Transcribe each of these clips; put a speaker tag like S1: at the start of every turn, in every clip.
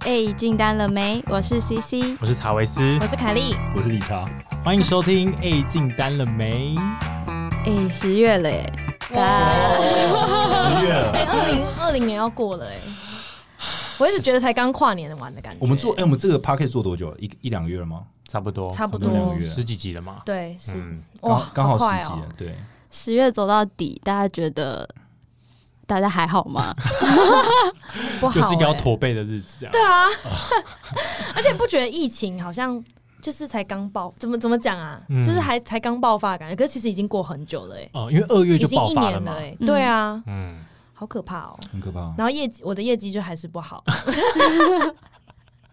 S1: 哎，进单了没？我是 CC，
S2: 我是查维斯
S3: 我，是凯莉，
S4: 我是理查，
S2: 欢迎收听《A 进单了没》。
S1: 哎，十月了耶，
S4: 十月
S3: 哎，
S4: 了。
S3: 二零二零年要过了哎、我一直觉得才刚跨年完的感觉。
S4: 我们做，哎、我们这个 p a c k a g e 做多久了？一一两个月了吗？
S2: 差不多，
S3: 差不
S4: 差不多
S3: 多
S4: 两个月
S2: 十几集了嘛。
S3: 对是、
S2: 嗯
S3: 哦哇
S4: 刚，刚好
S3: 快
S4: 十集
S3: 哦
S4: 了，对。
S1: 十月走到底，大家觉得大家还好吗？
S3: 不好、
S2: 又是一个要
S3: 哎
S2: 驼背的日子啊！
S3: 对啊，而且不觉得疫情好像就是才刚爆，怎么怎么讲啊？
S2: 嗯
S3: 就是还才刚爆发的感觉，可是其实已经过很久了哎、
S2: 哦，因为二月
S3: 已
S2: 就
S3: 经
S2: 爆
S3: 一
S2: 发
S3: 年
S2: 嘛
S3: 了。哎、
S1: 嗯
S3: 对啊，
S2: 嗯，
S3: 好可怕哦。
S4: 很可怕，
S3: 然后业绩，我的业绩就还是不好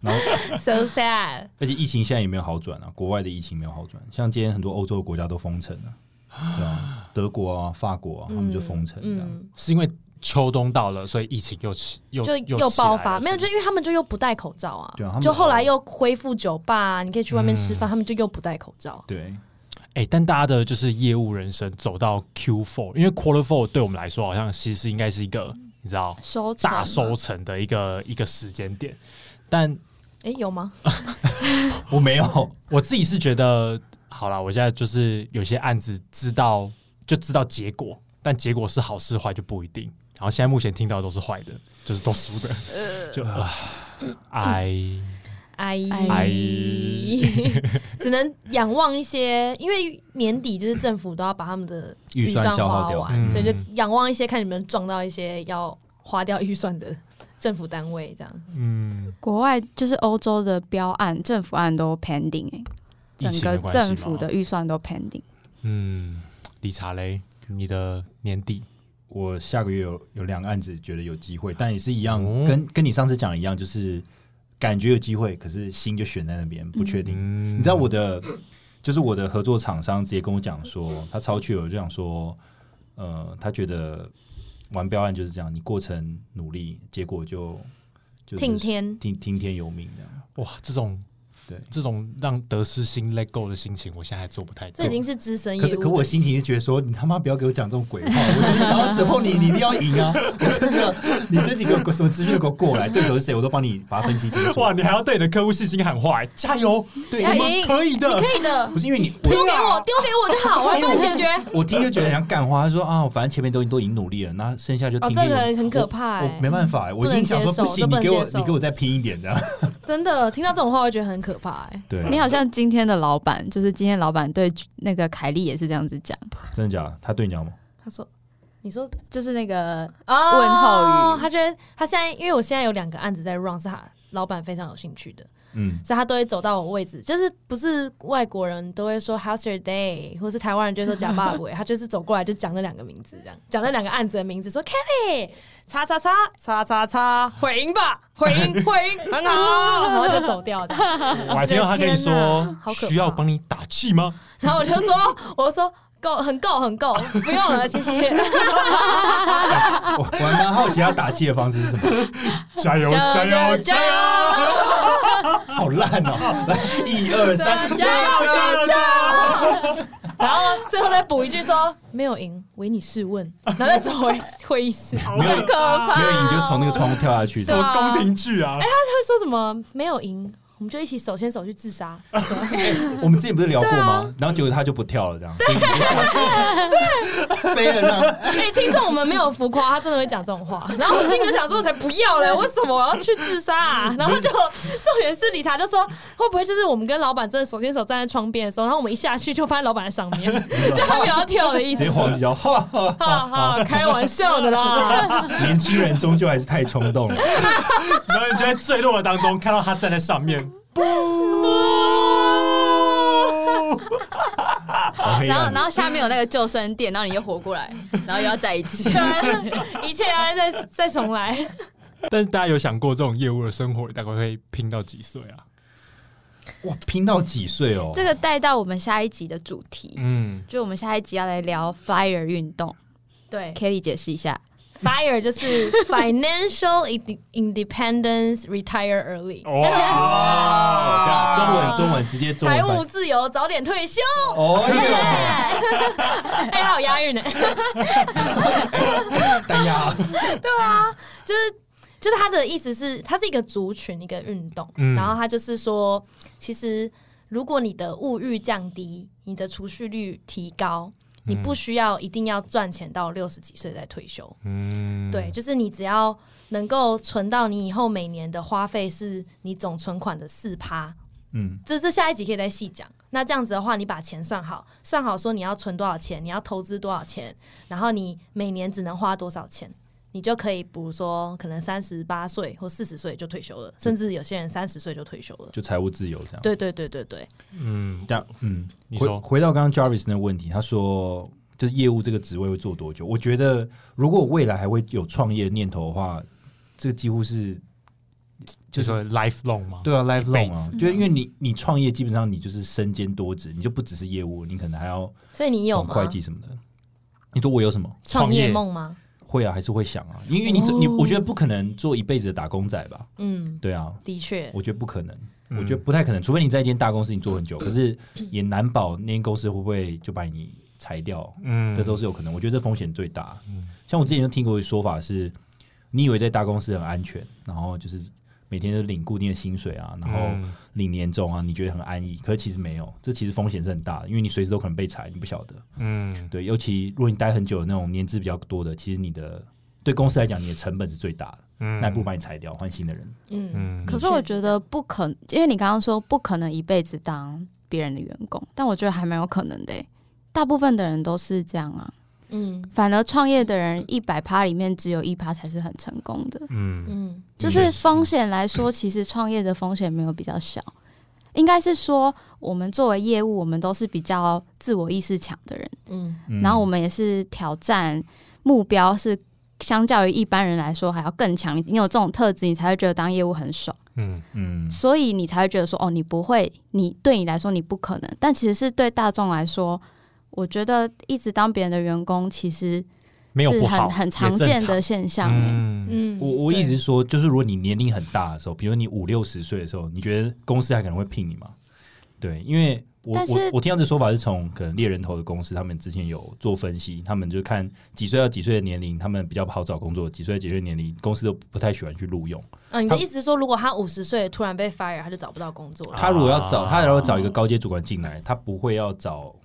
S4: 然后
S3: ，so sad。
S4: 而且疫情现在也没有好转啊，国外的疫情没有好转，像今天很多欧洲的国家都封城了，对啊，德国啊、法国啊，他们就封城这样，
S3: 嗯，
S2: 是因为秋冬到了，所以疫情又起又
S3: 就
S2: 又
S3: 又
S2: 起来
S3: 爆
S2: 了
S3: 发，
S2: 是
S3: 没有，
S2: 吗
S3: 就因为他们就又不戴口罩啊
S4: 对啊他，们
S3: 就后来又恢复酒吧啊，你可以去外面吃饭，他们就又不戴口罩。
S4: 对，
S2: 哎、但大家的就是业务人生走到 Q four，因为 Quarter four 对我们来说好像其实应该是一个你知道
S1: 收成
S2: 大收成的一个一个时间点，但
S3: 哎，有吗？
S4: 我没有，
S2: 我自己是觉得，好啦，我现在就是有些案子知道就知道结果，但结果是好是坏就不一定。然后现在目前听到的都是坏的，就是都输的，
S3: 呃
S2: 就啊哎、
S3: 哎
S1: 哎，
S3: 只能仰望一些，因为年底就是政府都要把他们的
S4: 预算消
S3: 花
S4: 耗掉
S3: 完，
S2: 嗯
S3: 所以就仰望一些，看你们撞到一些要花掉预算的政府单位这样。
S2: 嗯，
S1: 国外就是欧洲的标案、政府案都 pending 哎、
S2: 疫
S1: 整
S2: 情的
S1: 个
S2: 关系
S1: 政府
S2: 吗
S1: 的预算都 pending。
S2: 嗯，理查雷，你的年底
S4: 我下个月有有两个案子，觉得有机会，但也是一样，
S2: 哦
S4: 跟跟你上次讲的一样，就是感觉有机会，可是心就悬在那边，不确定。
S2: 嗯
S4: 你知道我的，就是我的合作厂商直接跟我讲说，他超去了，就想说，呃，他觉得玩标案就是这样，你过程努力，结果就就是
S3: 听天，
S4: 听听天由命这样。
S2: 哇，这种
S4: 对，
S2: 这种让得失心 let go 的心情，我现在还做不太到
S3: 这已。经是资深
S4: 可
S3: 业
S4: 是
S3: 务。
S4: 可我心，情是觉得说，你他妈不要给我讲这种鬼话，我就是想要 support 你，你一定要赢啊！我就是要你这几个什么资讯都给我过来，对手是谁我都帮你把它分析清楚。
S2: 哇，你还要对你的客户信心喊话、哎加油，
S4: 对，
S3: 要
S4: 他妈
S3: 赢
S2: 可 以的
S3: 你。可以的
S4: 不，是因为你
S3: 丢
S4: 我
S3: 给我，啊丢给我就好，我来帮你解决。
S4: 我听就觉得很像干话，他说啊，反正前面都已经都已经努力了，那剩下就
S3: 哦，
S4: 听
S3: 这
S4: 天由
S3: 个
S4: 命。
S3: 人很可怕
S4: 我
S3: 哎、
S4: 没办法、欸，我已经想说
S3: 不能接受
S4: 行，
S3: 这不
S4: 你
S3: 能
S4: 给我
S3: 接受
S4: 你给我再拼一点这样。
S3: 真的听到这种话，会觉得很可怕哎、
S2: 啊
S4: 对啊
S1: 你好像今天的老板，就是今天老板对那个凯莉也是这样子讲，
S4: 真的假的？他对你好吗？
S3: 他说：“你说
S1: 就是那个
S3: 哦
S1: 问候语
S3: 他觉得他现在，因为我现在有两个案子在 run，是他老板非常有兴趣的，
S4: 嗯，
S3: 所以他都会走到我位置。就是不是外国人都会说 How's your day，或是台湾人就会说假爸 伟，他就是走过来就讲那两个名字，这样讲那两个案子的名字，说 Kelly，叉叉叉叉叉叉，回应吧，回 应回应，很好，然后就走掉这样。
S2: 我还听到他跟你
S3: 天
S2: 说
S3: 哪好，可怕
S2: 需要帮你打气吗？
S3: 然后我就说，我就说够，很够，很够，不用了，谢谢。啊
S4: 我我还蛮好奇他打气的方式是什么，
S2: 加油，加油，加油！
S3: 油！”
S4: 好烂哦、来，一二 三，
S3: 加油加油加油！然后最后再补一句说没有赢，唯你是 问，然后再走回会议室。 他
S4: 没有
S1: 可怕
S4: 没有你就从那个窗户跳下去
S3: 是，啊
S2: 宫廷剧啊！
S1: 哎
S3: 会说什么没有赢，我们就一起手牵手去自杀。
S4: 我们之前不是聊过
S3: 啊
S4: 吗？然后结果他就不跳了，这样，对，飞了呢。
S3: 哎、听众我们没有浮夸，他真的会讲这种 话。然后我心里就想说，我才不要嘞，为什么我要去自杀、 啊？然后就重点是理查就说，会不会就是我们跟老板真的手牵手站在窗边的时候，然后我们一下去就发现老板在上 面，就他们也要跳的意
S4: 直
S3: 思
S4: 接。黄几脚，哈哈，
S3: 哈哈，开玩笑的 啦。
S4: 年轻人终究还是太冲动了。
S2: 然后你就在坠落的当中看到他站在 上面，
S4: 好黑
S1: 然后
S4: 暗，
S1: 然后下面有那个救生垫，然后你又活过 来，然后又要再一 次。
S3: 对，啊一切 要再再重来。
S2: 但是大家有想过这种业务的生活，大概会拼到几岁啊？
S4: 哇，拼到几岁哦？
S1: 这个带到我们下一集的主题，
S2: 嗯，
S1: 就我们下一集要来聊 fire 运动
S3: 对
S1: ，Kelly 解释一下。
S3: ，fire 就是 financial inde- independence retire early，
S2: 哦
S1: 哎
S4: 对啊
S2: 哇
S4: 中文中文直接中文
S3: 财
S4: 翻
S3: 务自由，早点退休。
S4: 哦哟，
S3: 哎，还有押韵呢，
S4: 哎呀，
S3: 啊就是。就是他的意思是，它是一个族群一个运动，
S2: 嗯
S3: 然后他就是说，其实如果你的物欲降低，你的储蓄率提高，你不需要一定要赚钱到六十几岁再退休，
S2: 嗯，
S3: 对，，就是你只要能够存到你以后每年的花费是你总存款的四趴，
S4: 嗯，
S3: 这这下一集可以再细讲。那这样子的话，你把钱算好，算好说你要存多少钱，你要投资多少钱，然后你每年只能花多少钱，你就可以，比如说可能三十八岁或四十岁就退休了，甚至有些人三十岁就退休了。
S4: 就财务自由这样。
S3: 对对对对对，
S2: 嗯，
S4: 但嗯，
S2: 你
S4: 回
S2: 说
S4: 回到刚刚 Jarvis 那个问题，他说就是业务这个职位会做多久？我觉得如果我未来还会有创业念头的话，这几乎是
S2: 就
S4: 就是是
S2: lifelong 吗？
S4: 对啊
S2: 辈
S4: ，lifelong
S2: 子
S4: 啊，
S1: 嗯
S4: 就因为你你创业基本上你就是身兼多职，你就不只是业务，你可能还要
S3: 所以你有
S4: 懂
S3: 吗？
S4: 会计什么的。你说我有什么？
S3: 创
S2: 创业
S3: 业梦吗？
S4: 会啊，还是会想啊，因为
S3: 哦
S4: 你、你我觉得不可能做一辈子的打工仔吧？
S3: 嗯，
S4: 对啊，
S3: 的确，
S4: 我觉得不可能，
S2: 嗯
S4: 我觉得不太可能，除非你在一间大公司你做很久，可是也难保那间公司会不会就把你裁掉，
S2: 嗯，
S4: 这都是有可能。我觉得这风险最大。像我之前就听过一个说法是，你以为在大公司很安全，然后就是每天都领固定的薪水啊，然后
S2: 嗯
S4: 领年终啊，你觉得很安逸，可是其实没有，这其实风险是很大的，因为你随时都可能被裁，你不晓得。
S2: 嗯
S4: 对，尤其如果你待很久的那种年资比较多的，其实你的对公司来讲，你的成本是最大的，
S2: 嗯
S4: 那还不如把你裁掉，换新的人。
S3: 嗯，
S2: 嗯，
S1: 可是我觉得不可，因为你刚刚说不可能一辈子当别人的员工，但我觉得还蛮有可能的欸。大部分的人都是这样啊，
S3: 嗯
S1: 反而创业的人一百趴里面只有一趴才是很成功的。
S2: 嗯
S3: 嗯
S1: 就是风险来说，其实创业的风险没有比较小，应该是说我们作为业务，我们都是比较自我意识强的人，
S3: 嗯
S4: 嗯
S1: 然后我们也是挑战目标是相较于一般人来说还要更强。你有这种特质，你才会觉得当业务很爽，
S2: 嗯
S4: 嗯
S1: 所以你才会觉得说哦，你不会，你对你来说你不可能，但其实是对大众来说。我觉得一直当别人的员工，其实
S2: 没有
S1: 是
S2: 不好，
S1: 很很常
S2: 也正
S1: 见的现象、欸。
S2: 嗯
S3: 嗯，
S4: 我我意思
S3: 对
S4: 是说，就是如果你年龄很大的时候，比如你五六十岁的时候，你觉得公司还可能会聘你吗？对，因为我
S1: 但是
S4: 我我听到这说法是从可能猎人头的公司，他们之前有做分析，他们就看几岁到几岁的年龄，他们比较好找工作，几岁到几岁的年龄，公司都不太喜欢去录用。
S3: 啊，你
S4: 他
S3: 的意思是说，如果他五十岁突然被 fire，他就找不到工作了？
S4: 他如果要找，
S2: 啊
S4: 他如果要找一个高阶主管进来，他不会要找，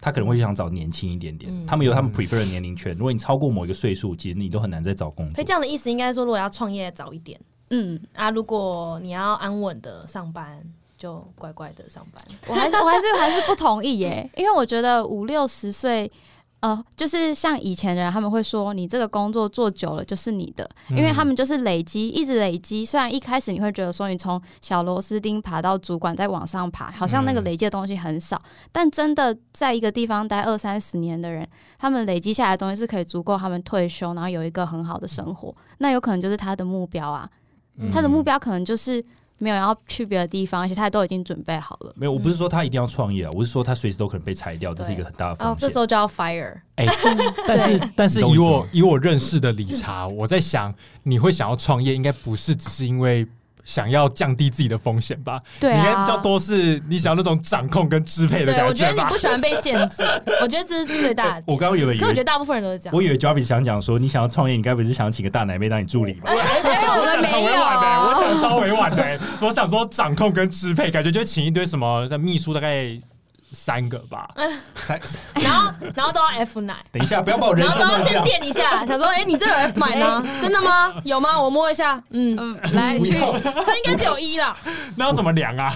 S4: 他可能会想找年轻一点点。
S3: 嗯
S4: 他们有他们 prefer 的年龄圈，如果你超过某一个岁数，其实你都很难再找工
S3: 所
S4: 作
S3: 以这。样的意思应该说，如果要创业早一点
S1: 嗯，
S3: 啊，如果你要安稳的上班，就乖乖的上班。
S1: 我还是我还是还是不同意耶，因为我觉得五六十岁，呃，就是像以前的人，他们会说你这个工作做久了就是你的，因为他们就是累积，一直累积。虽然一开始你会觉得说你从小螺丝钉爬到主管，再往上爬，好像那个
S2: 嗯
S1: 累积的东西很少，但真的在一个地方待二三十年的人，他们累积下来的东西是可以足够他们退休，然后有一个很好的生活，那有可能就是他的目标啊，他的目标可能就是。没有要去别的地方，而且他都已经准备好了。
S4: 没有，我不是说他一定要创业啊，我是说他随时都可能被裁掉，这是一个很大的
S3: 然后
S4: 风
S3: 哦这
S4: 险
S3: 时。候就要 fire，
S2: 哎，但是但是
S4: 你懂
S2: 以
S4: 我意思
S2: 我
S4: 吗
S2: 以我认识的理查，我在想你会想要创业，应该不是只是因为想要降低自己的风险吧？
S1: 对
S2: 你应该
S1: 啊，
S2: 比较多是你想要那种掌控跟支配的
S3: 对我
S2: 感
S3: 觉得你
S2: 吧
S3: 不？喜欢被限制，我觉得这是最大的
S4: 我
S3: 点。
S4: 刚刚以为以
S3: 可我觉得
S4: 为，
S3: 大部分人都是这样。
S4: 我以为 Jarvis 想讲说，你想要创业，你该不是想请个大奶妹当你 助理吧？
S3: 哎
S1: 我
S2: 我
S1: 们
S2: 讲的
S1: 没
S2: 很委
S1: 有
S2: 婉的、欸
S1: 啊
S2: 我讲的超委婉的、欸我想说掌控跟支配，感觉就请一堆什么的秘书，大概三个吧。
S3: 嗯
S4: 三
S3: 然后然后都要 F 奶，
S4: 等一下，不要把我人
S3: 然后
S4: 生
S3: 都要
S4: 弄
S3: 先
S4: 掉。
S3: 垫一下，想说，哎，你这有 F 奶吗？ 真的吗？有吗？我摸一下，嗯，
S1: 嗯，来去
S3: 这应该只有一啦，
S2: 那要怎么量 啊？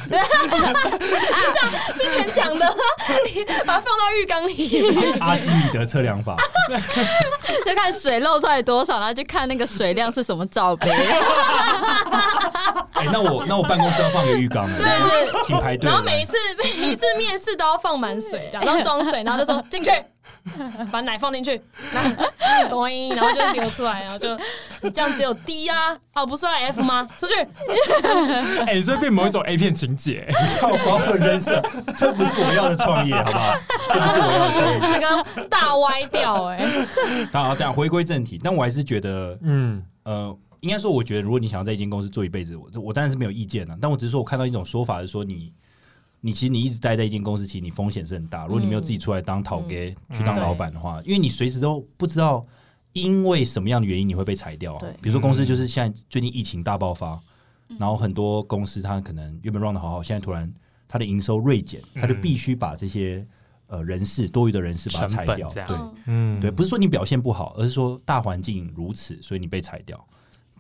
S3: 之前讲的， 你把它放到浴缸里。
S4: 阿基米德测量法，
S1: 就看水漏出来多少，然后就看那个水量是什么罩杯。
S4: 哎，那我那我办公室要放个浴缸 了，
S3: 对对
S4: 请排队
S3: 然
S4: 了。
S3: 后每一次 每一次面试都要放满水，这样然后装水，然后就说进去，把奶放进去，然后 咚，然后就流出来，然后就你这样只有 D 啊，哦，不是要 F 吗？出去，
S2: 哎、你这变某一种 A 片情节、
S4: 要把我人生，这不是我要的创业，好不好？这不是我要的创业。
S3: 这个大歪掉哎、
S4: 好，好这样回归正题，但我还是觉得，
S2: 嗯
S4: 呃，应该说，我觉得如果你想要在一间公司做一辈子，我我当然是没有意见啊了。但我只是说我看到一种说法是说你，你其实你一直待在一间公司，其实你
S2: 嗯
S4: 风险是很大。如果你没有自己出来当讨给、去当老板的话，因为你随时都不知道因为什么样的原因你会被裁掉啊
S3: 对？
S4: 比如说公司
S2: 嗯
S4: 就是现在最近疫情大爆发，然后很多公司它可能原本 run 的好好，现在突然它的营收锐减，它就
S2: 嗯
S4: 必须把这些呃人事多余的人事把它
S2: 成
S4: 裁
S2: 本
S4: 掉。
S2: 这样
S4: 对
S1: 嗯
S2: 嗯
S4: 对，不是说你表现不好，而是说大环境如此，所以你被裁掉。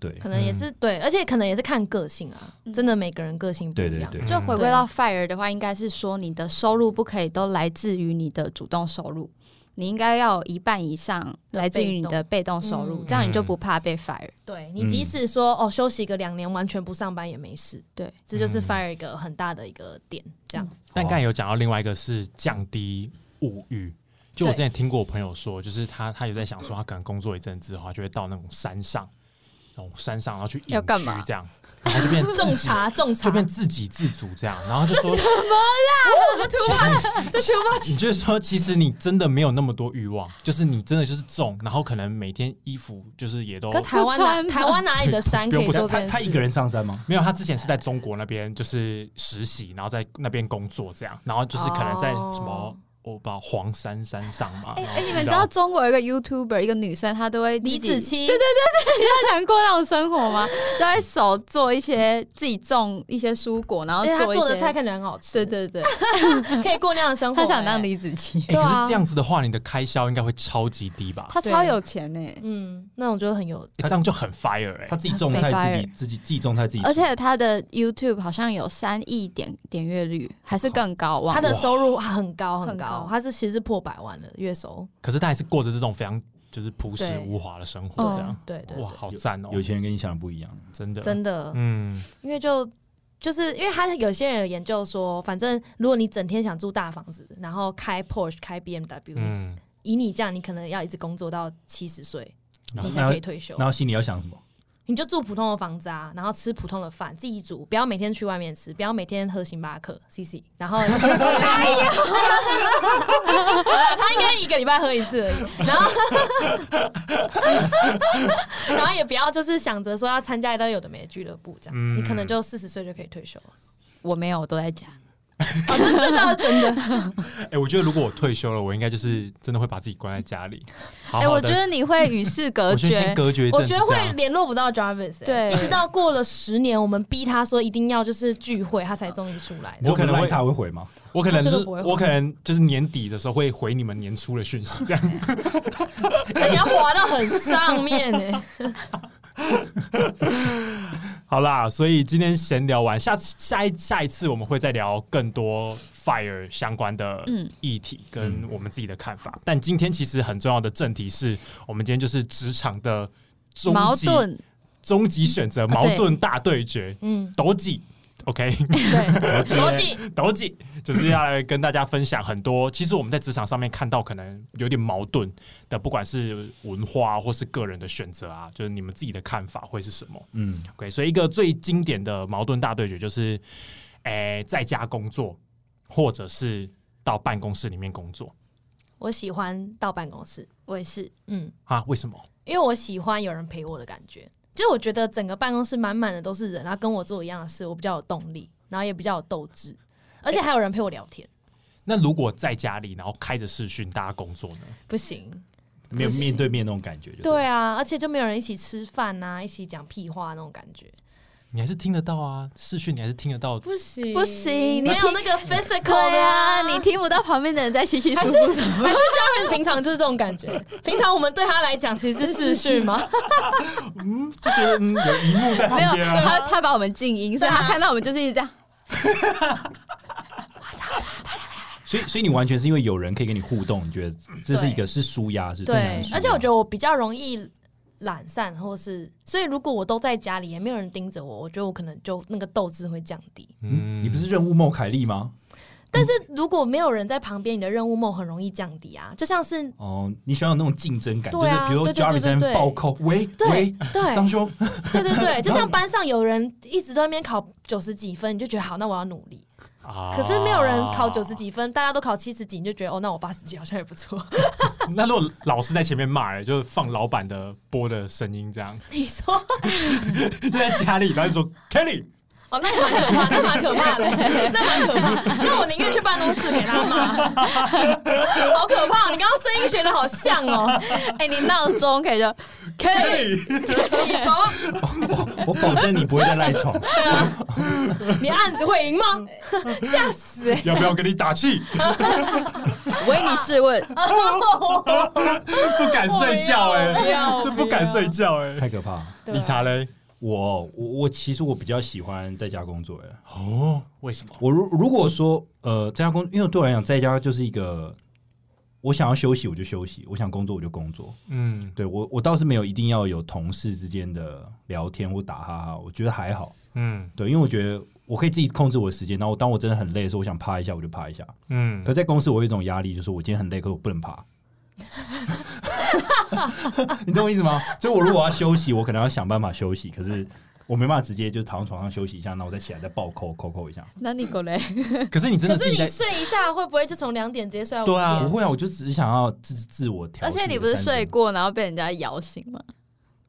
S4: 对
S3: 可能也
S4: 嗯
S3: 是对，而且可能也是看个性啊，
S1: 嗯
S3: 真的每个人个性不
S4: 对
S3: 一
S4: 对
S3: 样。
S4: 对，
S1: 就回归到 fire 的话，应该是说你的收入不可以都来自于你的主动收入，你应该要有一半以上来自于你的被动收入，
S3: 嗯
S1: 这样你就不怕被 fire。
S3: 对你
S4: 嗯
S3: 即使说哦休息个两年完全不上班也没事，
S1: 对，
S3: 这就是
S2: 嗯
S3: fire 一个很大的一个点，这样。
S2: 但刚才有讲到另外一个是降低物欲，就我之
S3: 对
S2: 前听过我朋友说，就是他他有在想说，他可能工作一阵之后，他就会到那种山上，那种山上然后去隐
S1: 要干
S2: 居
S1: 嘛
S2: 这样，然后就变
S4: 嗯
S2: 自
S3: 种
S2: 己
S3: 茶，种茶
S2: 就，变自给自足这样，然后就说
S3: 这全部
S2: 你就是说，其实你真的没有那么多欲望，就是你真的就是种，然后可能每天衣服就是也都
S3: 可台湾
S1: 不
S3: 哪
S1: 穿吗
S3: 台湾哪里的山可以
S2: 不
S3: 做
S2: 用
S3: 这
S4: 他
S3: 件
S4: 他一
S3: 事？
S4: 个人上山吗？
S2: 没有。他之前是在中国那边就是实习，然后在那边工作这样，然后就是可能在什么
S3: 哦。
S2: 我把黄山山上嘛，
S1: 哎、
S2: 然
S1: 哎、
S2: 后
S1: 你们知道中国有一个 YouTuber，一个女生，她都会自己
S3: 李子，柒，
S1: 对对对对，你有想过那种生活吗？ 就会手做一些自己种一些蔬果，然后
S3: 而且他
S1: 一些
S3: 做的菜看起来很好吃，
S1: 对对对，
S3: 可以过那样的生活。
S1: 她想当
S3: 欸，
S1: 李子柒，
S2: 哎、
S3: 对啊
S2: 可是这样子的话，你的开销应该会超级低吧？
S1: 她超有钱欸呢、
S3: 嗯，那我觉得很有
S2: 欸、这样就很 fire 哎、
S4: 他自己种菜，自己自己自己种菜，自己
S1: 而且她的 YouTube 好像有三亿点点阅率，还是更高，忘
S3: 他的
S1: 了
S3: 收入很高很
S1: 很
S3: 高
S1: 高，
S3: 他是其实是破百万的月收。
S2: 可是他还是过着这种非常就是朴实
S3: 对
S2: 无华的生哦活，这样、
S3: 对对
S2: 哇，
S3: 对，
S2: 好赞哦、
S4: 有钱人跟你想的不一样。
S2: 真的
S3: 真的，
S2: 嗯，
S3: 因为就就是因为他有些人有研究说，反正如果你整天想住大房子，然后开 Porsche 开 BMW，、
S2: 嗯，
S3: 以你这样，你可能要一直工作到七十岁，
S2: 然
S3: 你
S2: 后
S3: 才可以退休
S4: 然。后心里要想什么？
S3: 你就住普通的房子啊，然后吃普通的饭，自己煮，不要每天去外面吃，不要每天喝星巴克，CC。然后 哎呦他应该一个礼拜喝一次而已。然后，然后也不要就是想着说要参加一堆有的没的俱乐部这样，
S2: 嗯
S3: 你可能就四十岁就可以退休了。
S1: 我没有，我都在家。
S2: 哎、我觉得如果我退休了，我应该就是真的会把自己关在家 里，好
S1: 哎、
S2: 好
S1: 我
S2: 的，
S1: 觉得你会与世隔
S2: 我就
S1: 绝
S2: 先，隔绝一阵
S3: 我
S2: 子
S3: 觉得
S2: 这
S3: 会
S2: 样。
S3: 联络不到 Jarvis，、欸、
S1: 对
S3: 一直到过了十年，我们逼他说一定要就是聚会，他才终于出来。
S2: 我可能会
S4: 他会回吗？
S2: 我可能
S3: 这
S2: 就
S3: 个
S2: 是
S3: 不会
S2: 我可能就是年底的时候会回你们年初的讯息，这样
S3: 你要滑到很上面呢、欸
S2: 好啦。所以今天闲聊完，下次下一下一次我们会再聊更多 fire 相关的
S1: 嗯
S2: 议题跟我们自己的看法。但今天其实很重要的正题是我们今天就是职场的终
S1: 矛
S2: 极
S1: 盾。
S2: 终极选择矛盾大对决，
S3: 嗯，
S2: 斗技。OK，
S3: 对，逻辑
S2: 斗技就是要来跟大家分享很多。其实我们在职场上面看到可能有点矛盾的，不管是文化或是个人的选择啊，就是你们自己的看法会是什么
S4: 嗯，
S2: ？OK，所以一个最经典的矛盾大对决就是，诶、在家工作，或者是到办公室里面工作
S3: 我喜欢到办公室，
S1: 我也是，
S3: 嗯，
S2: 啊？为什么？
S3: 因为我喜欢有人陪我的感觉。就是我觉得整个办公室满满的都是人，然后跟我做一样的事，我比较有动力，然后也比较有斗志，而且还有人陪我聊天。
S2: 那如果在家里，然后开着视讯大家工作呢？
S3: 不行，
S4: 没有面对面那种感觉。
S3: 对，啊，而且就没有人一起吃饭啊，一起讲屁话那种感觉，
S2: 你还是听得到啊，视讯你还是听得到
S3: 不行
S1: 不行
S3: 没
S1: 你
S3: 有
S1: 听
S3: 那个 physical
S1: 对
S3: 的
S1: 啊，你听不到旁边的人在稀稀疏疏什么。
S3: 还是 Jarvis 平常就是这种感觉，平常我们对他来讲其实 是视讯吗？
S2: 嗯，就觉得嗯有一幕 在旁
S1: 没有，
S2: 边啊。
S1: 他他把我们静音，所以
S3: 对啊
S1: 他看到我们就是一直这样。
S4: 所以所以你完全是因为有人可以跟你互动，你觉得这是一个是舒压，是
S3: 对，而且我觉
S4: 得
S3: 得我比较容易懒散，或是所以如果我都在家里，也没有人盯着我，我觉得我可能就那个斗志会降低。
S4: 嗯，你不是任务梦凯莉吗？
S3: 但是如果没有人在旁边，你的任务梦很容易降低啊，就像是
S4: 哦，你喜欢有那种竞争感，就
S3: 对
S4: 是
S3: 啊
S4: 比如说
S3: 对对
S4: Jarvis
S3: 对对
S4: 在那边
S3: 对
S4: 暴扣，喂
S3: 对
S4: 喂，
S3: 对
S4: 张兄，
S3: 对对对，就像班上有人一直在那边考九十几分，你就觉得好，那我要努力。
S2: 啊
S3: 可是没有人考九十。几分，大家都考七十几，你就觉得哦，那我八十几好像也不错。
S2: 那如果老师在前面骂，就是放老板的播的声音，这样
S3: 你说
S2: 就在家里，然后就说 Kelly
S3: 哦，那也蛮可怕，那蛮可怕的，那蛮可怕。那我宁愿去办公室给他骂，好可怕！哦你刚刚声音学的好像哦，
S1: 哎、你闹钟可以 就可以，
S3: 起床，
S4: 我保证你不会再赖床。
S3: 你案子会赢吗？吓死、欸！
S2: 要不要给你打气？
S1: 为你试问，
S2: 不敢睡觉哎、
S3: 不要
S2: 这不敢睡觉哎、
S4: 太可怕了！
S3: 对啊
S2: 理查嘞？
S4: 我我我其实我比较喜欢在家工作的。
S2: 哦，为什么？
S4: 我如如果说呃在家工，因为对我来讲，在家就是一个我想要休息我就休息，我想工作我就工作。
S2: 嗯，
S4: 对我我倒是没有一定要有同事之间的聊天或打哈哈，我觉得还好。
S2: 嗯
S4: 对，因为我觉得我可以自己控制我的时间。然后当我真的很累的时候，我想趴一下我就趴一下。
S2: 嗯
S4: 可，在公司我有一种压力，就是我今天很累，可是我不能爬。 你懂我意思吗？所以我如果要休息，我可能要想办法休息，可是我没办法直接就躺在床上休息一下，那我再起来再暴扣扣扣一下。
S1: 那你狗嘞？
S2: 可是你真
S3: 可
S2: 的自
S3: 是
S2: 己
S3: 你
S2: 在
S3: 睡一下，会不会就从两点直接睡到五
S2: 对
S3: 点？
S2: 啊
S4: 不会啊，我就只是想要自自我调
S1: 而
S4: 试。
S1: 且你不是睡？过，然后被人家摇醒吗？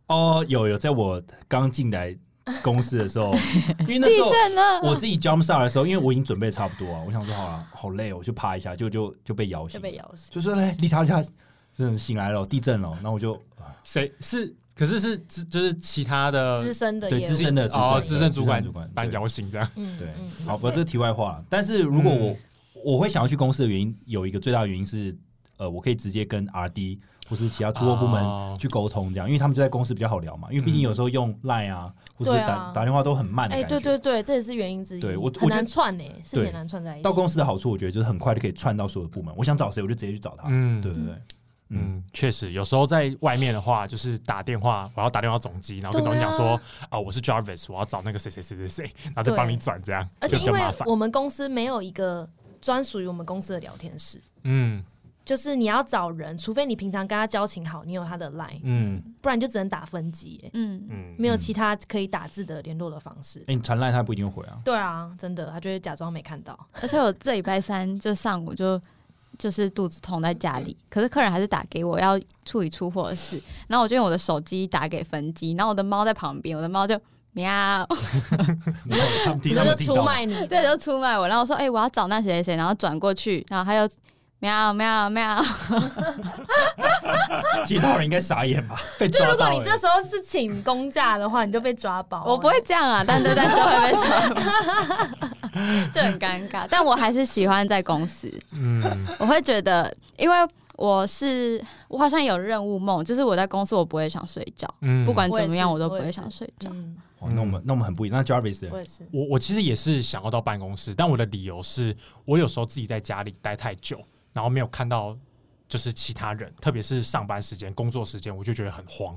S4: 哦，有有，在我刚进来公司的时候，因为那
S1: 地
S4: 时候
S1: 震了，
S4: 我自己 jump start 的时候，因为我已经准备得差不多啊，我想说好了，好累哦，我就趴一下，就就就被摇
S3: 就
S4: 醒，
S3: 被摇醒。
S4: 就说哎，丽塔丽塔，嗯，醒来了，地震了，那我就呃
S2: 谁是？可是是资就是其他的
S3: 资深的
S4: 对
S3: 业务
S4: 资深的
S2: 哦，资深主管
S4: 资深主管
S2: 把你
S4: 对
S2: 摇醒这样。
S3: 嗯
S4: 对
S3: 嗯，
S4: 好，不，这是题外话。但是如果我、我会想要去公司的原因，有一个最大的原因是，呃，我可以直接跟 R D 或是其他出货部
S2: 哦
S4: 门去沟通，这样，因为他们就在公司比较好聊嘛。因为
S2: 嗯
S4: 毕竟有时候用 Line 啊，或是
S3: 对
S4: 打、
S3: 啊
S4: 打电话都很慢的
S3: 哎、
S4: 感觉。
S3: 对对对，这也是原因之一。
S4: 对我
S3: 很
S4: 我觉
S3: 难
S4: 得
S3: 串呢、欸事情
S4: 对
S3: 很难串在一起。
S4: 到公司的好处，我觉得就是很快就可以串到所有部门。我想找谁，我就直接去找他。
S2: 嗯，
S4: 对对对，嗯
S2: 嗯，确实，有时候在外面的话，就是打电话，我要打电话总机，然后跟总
S3: 对啊
S2: 机讲说，啊，我是 Jarvis，我要找那个谁谁谁谁谁，然后再
S3: 对
S2: 帮你转这样，
S3: 而且
S2: 就比
S3: 因
S2: 较
S3: 为
S2: 麻烦。
S3: 我们公司没有一个专属于我们公司的聊天室，
S2: 嗯
S3: 就是你要找人，除非你平常跟他交情好，你有他的 line，、
S2: 嗯
S3: 不然就只能打分机、欸，
S1: 嗯，
S2: 嗯，
S3: 没有其他可以打字的联络的方式。
S4: 哎、你传 Line 他不一定会回啊。
S3: 对啊，真的，他就会假装没看到。
S1: 而且我这礼拜三就上午就就是肚子痛在家里，可是客人还是打给我要处理出货的事，然后我就用我的手机打给分机，然后我的猫在旁边，我的猫就喵，
S4: 然后他们听
S3: 你
S4: 他
S3: 这
S4: 们
S3: 就
S4: 听
S3: 出
S4: 到吗。
S3: 卖你的，
S1: 对，就出卖我，然后我说哎、我要找那谁谁谁，然后转过去，然后他又喵喵喵，
S4: 街道人应该傻眼 吧？
S2: 被
S3: 就
S2: 抓
S3: 如果
S2: 到
S3: 你
S2: 了
S3: 这时候是请公假的话，你就被抓包、
S1: 我不会，这样啊，但对但就会被抓，就很尴尬，但我还是喜欢在公司。
S2: 嗯
S1: 我会觉得，因为我是我好像有任务梦，就是我在公司我不会想睡觉，
S2: 嗯
S1: 不管怎么样
S3: 我
S1: 我
S3: 也
S1: 都
S3: 是
S1: 不
S3: 我也
S1: 会
S3: 是
S1: 想睡觉。
S3: 嗯，
S4: 哇，那我们那我们很不一样。那 Jarvis
S3: 我
S4: 呢
S3: 也是。
S2: 我我其实也是想要到办公室，但我的理由是我有时候自己在家里待太久，然后没有看到就是其他人，特别是上班时间、工作时间，我就觉得很慌，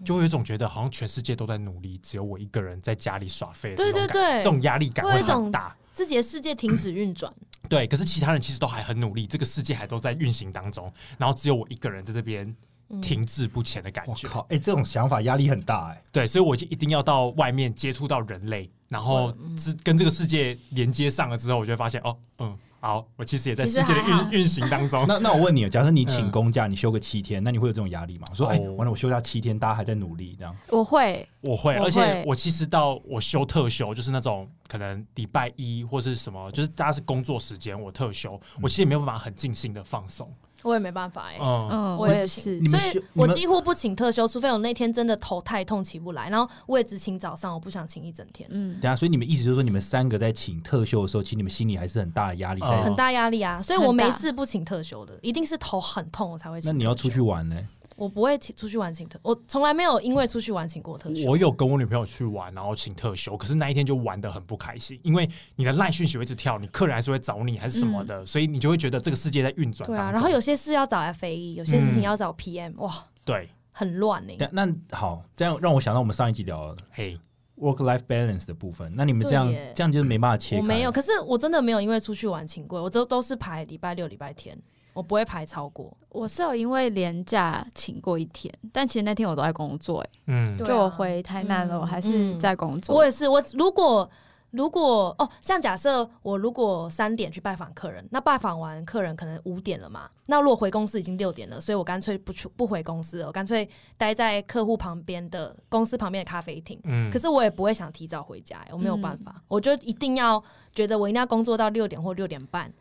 S3: 嗯
S2: 就会有一种觉得好像全世界都在努力，只有我一个人在家里耍废的
S3: 对
S2: 那种感
S3: 对
S2: 觉。
S3: 对
S2: 这，种压力感
S3: 会有
S2: 会
S3: 一种
S2: 很大。
S3: 自己的世界停止运转，
S2: 对，可是其他人其实都还很努力，这个世界还都在运行当中，然后只有我一个人在这边
S3: 嗯
S2: 停滞不前的感
S4: 我
S2: 觉。
S4: 靠，哎、这种想法压力很大哎、
S2: 对，所以我就一定要到外面接触到人类，然后
S3: 嗯
S2: 之跟这个世界连接上了之后，我就会发现哦，嗯，好，我其实也在
S3: 其实
S2: 世界的
S3: 还好
S2: 运运行当中。
S4: 那那我问你哦，假设你请
S2: 嗯
S4: 公假，你休个七天，那你会有这种压力吗？我说，哎、
S2: 哦
S4: 完了，我休假七天，大家还在努力，这样
S1: 我会，
S2: 我会，
S1: 我
S2: 而且
S1: 会
S2: 我其实到我休特休，就是那种可能礼拜一或是什么，就是大家是工作时间，我特休，我其实也没有办法很尽兴的放松。
S3: 我也没办法哎、
S2: 嗯
S1: 嗯，
S3: 我
S1: 我
S3: 也
S1: 也
S3: 不
S1: 是
S4: 哦你。们
S3: 所以
S4: 休
S3: 我
S4: 你们
S3: 几乎不请特休，除非我那天真的头太痛起不来，然后我也只请早上，我不想请一整天，
S1: 嗯，
S4: 等一下，所以你们意思就是说，你们三个在请特休的时候，其实你们心里还是很大的压力在。
S2: 哦
S3: 很大压力啊，所以我
S1: 很大
S3: 没事不请特休的，一定是头很痛我才会请。
S4: 那你要出，去玩呢？
S3: 我不会请出去玩请特，我从来没有因为出去玩请过特休。
S2: 我有跟我女朋友去玩，然后请特休，可是那一天就玩的很不开心，因为你的赖讯息会一直跳，你客人还是会找你还是什么的，所以你就会觉得这个世界在运转当中。
S3: 嗯对啊，然后有些事要找 FAE，有些事
S4: 嗯
S3: 情要找 PM，、哇，
S2: 对，
S3: 很乱欸呢、
S4: 但那好，这样让我想到我们上一集聊
S2: 嘿，
S4: work life balance 的部分。那你们这样
S3: 对耶
S4: 这样就是没办法切开。
S3: 我没有，可是我真的没有因为出去玩请过，我都都是排礼拜六、礼拜天，我不会排超过。
S1: 我是有因为连假请过一天，但其实那天我都在工作、欸，
S2: 嗯
S3: 对啊
S1: 就我回台南了，
S3: 嗯
S1: 我还是在工作。
S3: 我也是，我如果如果哦，像假设我如果三点去拜访客人，那拜访完客人可能五点了嘛，那如果回公司已经六点了，所以我干脆不出不回公司了，我干脆待在客户旁边的公司旁边的咖啡厅。
S2: 嗯
S3: 可，是我也不会想提早回家、欸我没有办法，我就一定要觉得我一定要工作到六点或六点半，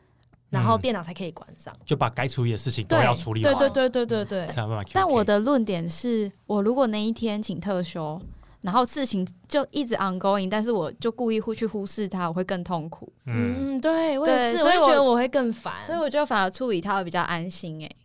S3: 然后
S2: 嗯
S3: 电脑才可以关上。
S2: 就把该处理的事情都
S3: 对，
S2: 要处理
S3: 对
S2: 完，
S3: 对对对对对。
S2: 才有办法 QK。
S1: 但我的论点是我如果那一天请特休，然后事情就一直 ongoing，但是我就故意忽去忽视它，我会更痛苦。
S2: 嗯，
S3: 嗯，对我也
S1: 对
S3: 是，
S1: 所
S3: 我
S1: 以
S3: 也觉
S1: 我
S3: 得我会更烦。
S1: 所以我觉得反而处理它会比较安心、欸。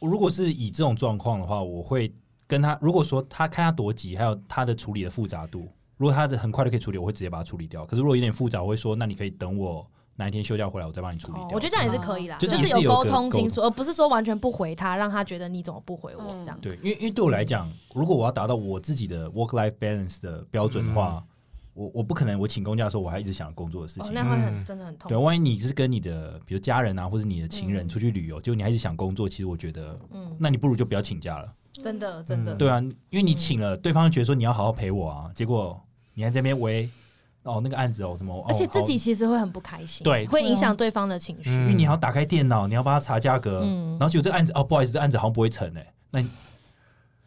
S4: 如果是以这种状况的话，我会跟他，如果说他看他多急，还有他的处理的复杂度，如果他的很快就可以处理，我会直接把它处理掉。可是如果有点复杂，我会说，那你可以等我哪一天休假回来，我再帮你处理掉。
S3: 哦，我觉得这样也是可以啦，
S4: 就是是
S3: 有
S4: 有
S3: 沟
S4: 个
S3: 通
S4: 沟
S3: 清楚，而不是说完全不回他，让他觉得你怎么不回我
S1: 嗯
S3: 这样。
S4: 对，因为因为对我来讲，如果我要达到我自己的 work life balance 的标准的话，我我不可能我请公假的时候我还一直想工作的事
S3: 哦，
S4: 情。
S3: 那会很
S2: 嗯
S3: 真的很痛
S4: 对，
S3: 苦。
S4: 万一你是跟你的比如家人啊，或者你的情人
S3: 嗯
S4: 出去旅游，结果你还是想工作，其实我觉得，
S3: 嗯，
S4: 那你不如就不要请假了。
S3: 真的真的。
S2: 嗯
S4: 对啊，因为你请了，对方就觉得说你要好好陪我啊，结果你还在那边喂哦那个案子哦什么，哦
S3: 而且自己
S4: 好
S3: 其实会很不开心，
S2: 对
S3: 会影响对方的情绪。
S2: 嗯
S4: 因为你要打开电脑，你要帮他查价格，
S3: 嗯
S4: 然后结果这个案子哦不好意思，这案子好像不会成哎，那你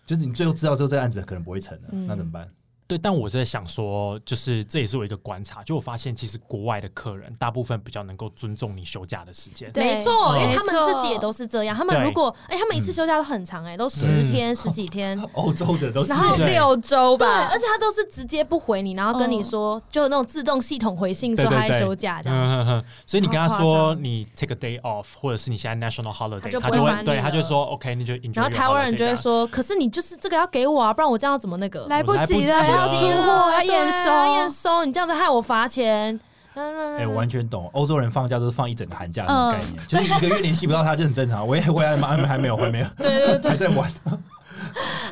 S4: 就是你最后知道之后这个案子可能不会成了，
S3: 嗯
S4: 那怎么办？
S2: 对，但我是在想说，就是这也是我一个观察，就我发现其实国外的客人大部分比较能够尊重你休假的时间。
S1: 对
S3: 没错，
S2: 嗯
S3: 因为他们
S1: 没错
S3: 自己也都是这样。他们
S2: 对
S3: 如果哎，他们一次休假都很长哎，都十天十几天，
S4: 欧洲的都是
S3: 然后
S4: 对
S1: 六周
S3: 对，
S1: 吧
S3: 而，且他都是直接不回你，然后跟你说，就有那种自动系统回信说
S2: 对对
S3: 他
S2: 对
S3: 在休假这样。
S2: 嗯哼哼，所以你跟他
S3: 超夸
S2: 说
S3: 张
S2: 你 take a day off，或者是你现在 national
S3: 他
S2: holiday，
S3: 就
S2: 他
S3: 不会
S2: 就
S3: 烦
S2: 会
S3: 你
S2: 对，他就
S3: 了
S2: 说 OK，你就 enjoy。
S3: 然后台湾人就会，说：“可是你就是这个要给我啊，不然我这样要怎么那个？”
S1: 来不及
S2: 来不及
S1: 要出
S2: 了出
S1: 货，要
S3: 对啊
S1: 验
S3: 验
S1: 收。
S3: 收，你这样子害我罚钱。哎
S4: 哎、我完全懂，欧洲人放假都是放一整个寒假的
S1: 嗯
S4: 那种概念，就是一个月联系不到他，就很正常。我也回来嘛，还没还没有，还没有，
S3: 对对对，
S4: 还在玩。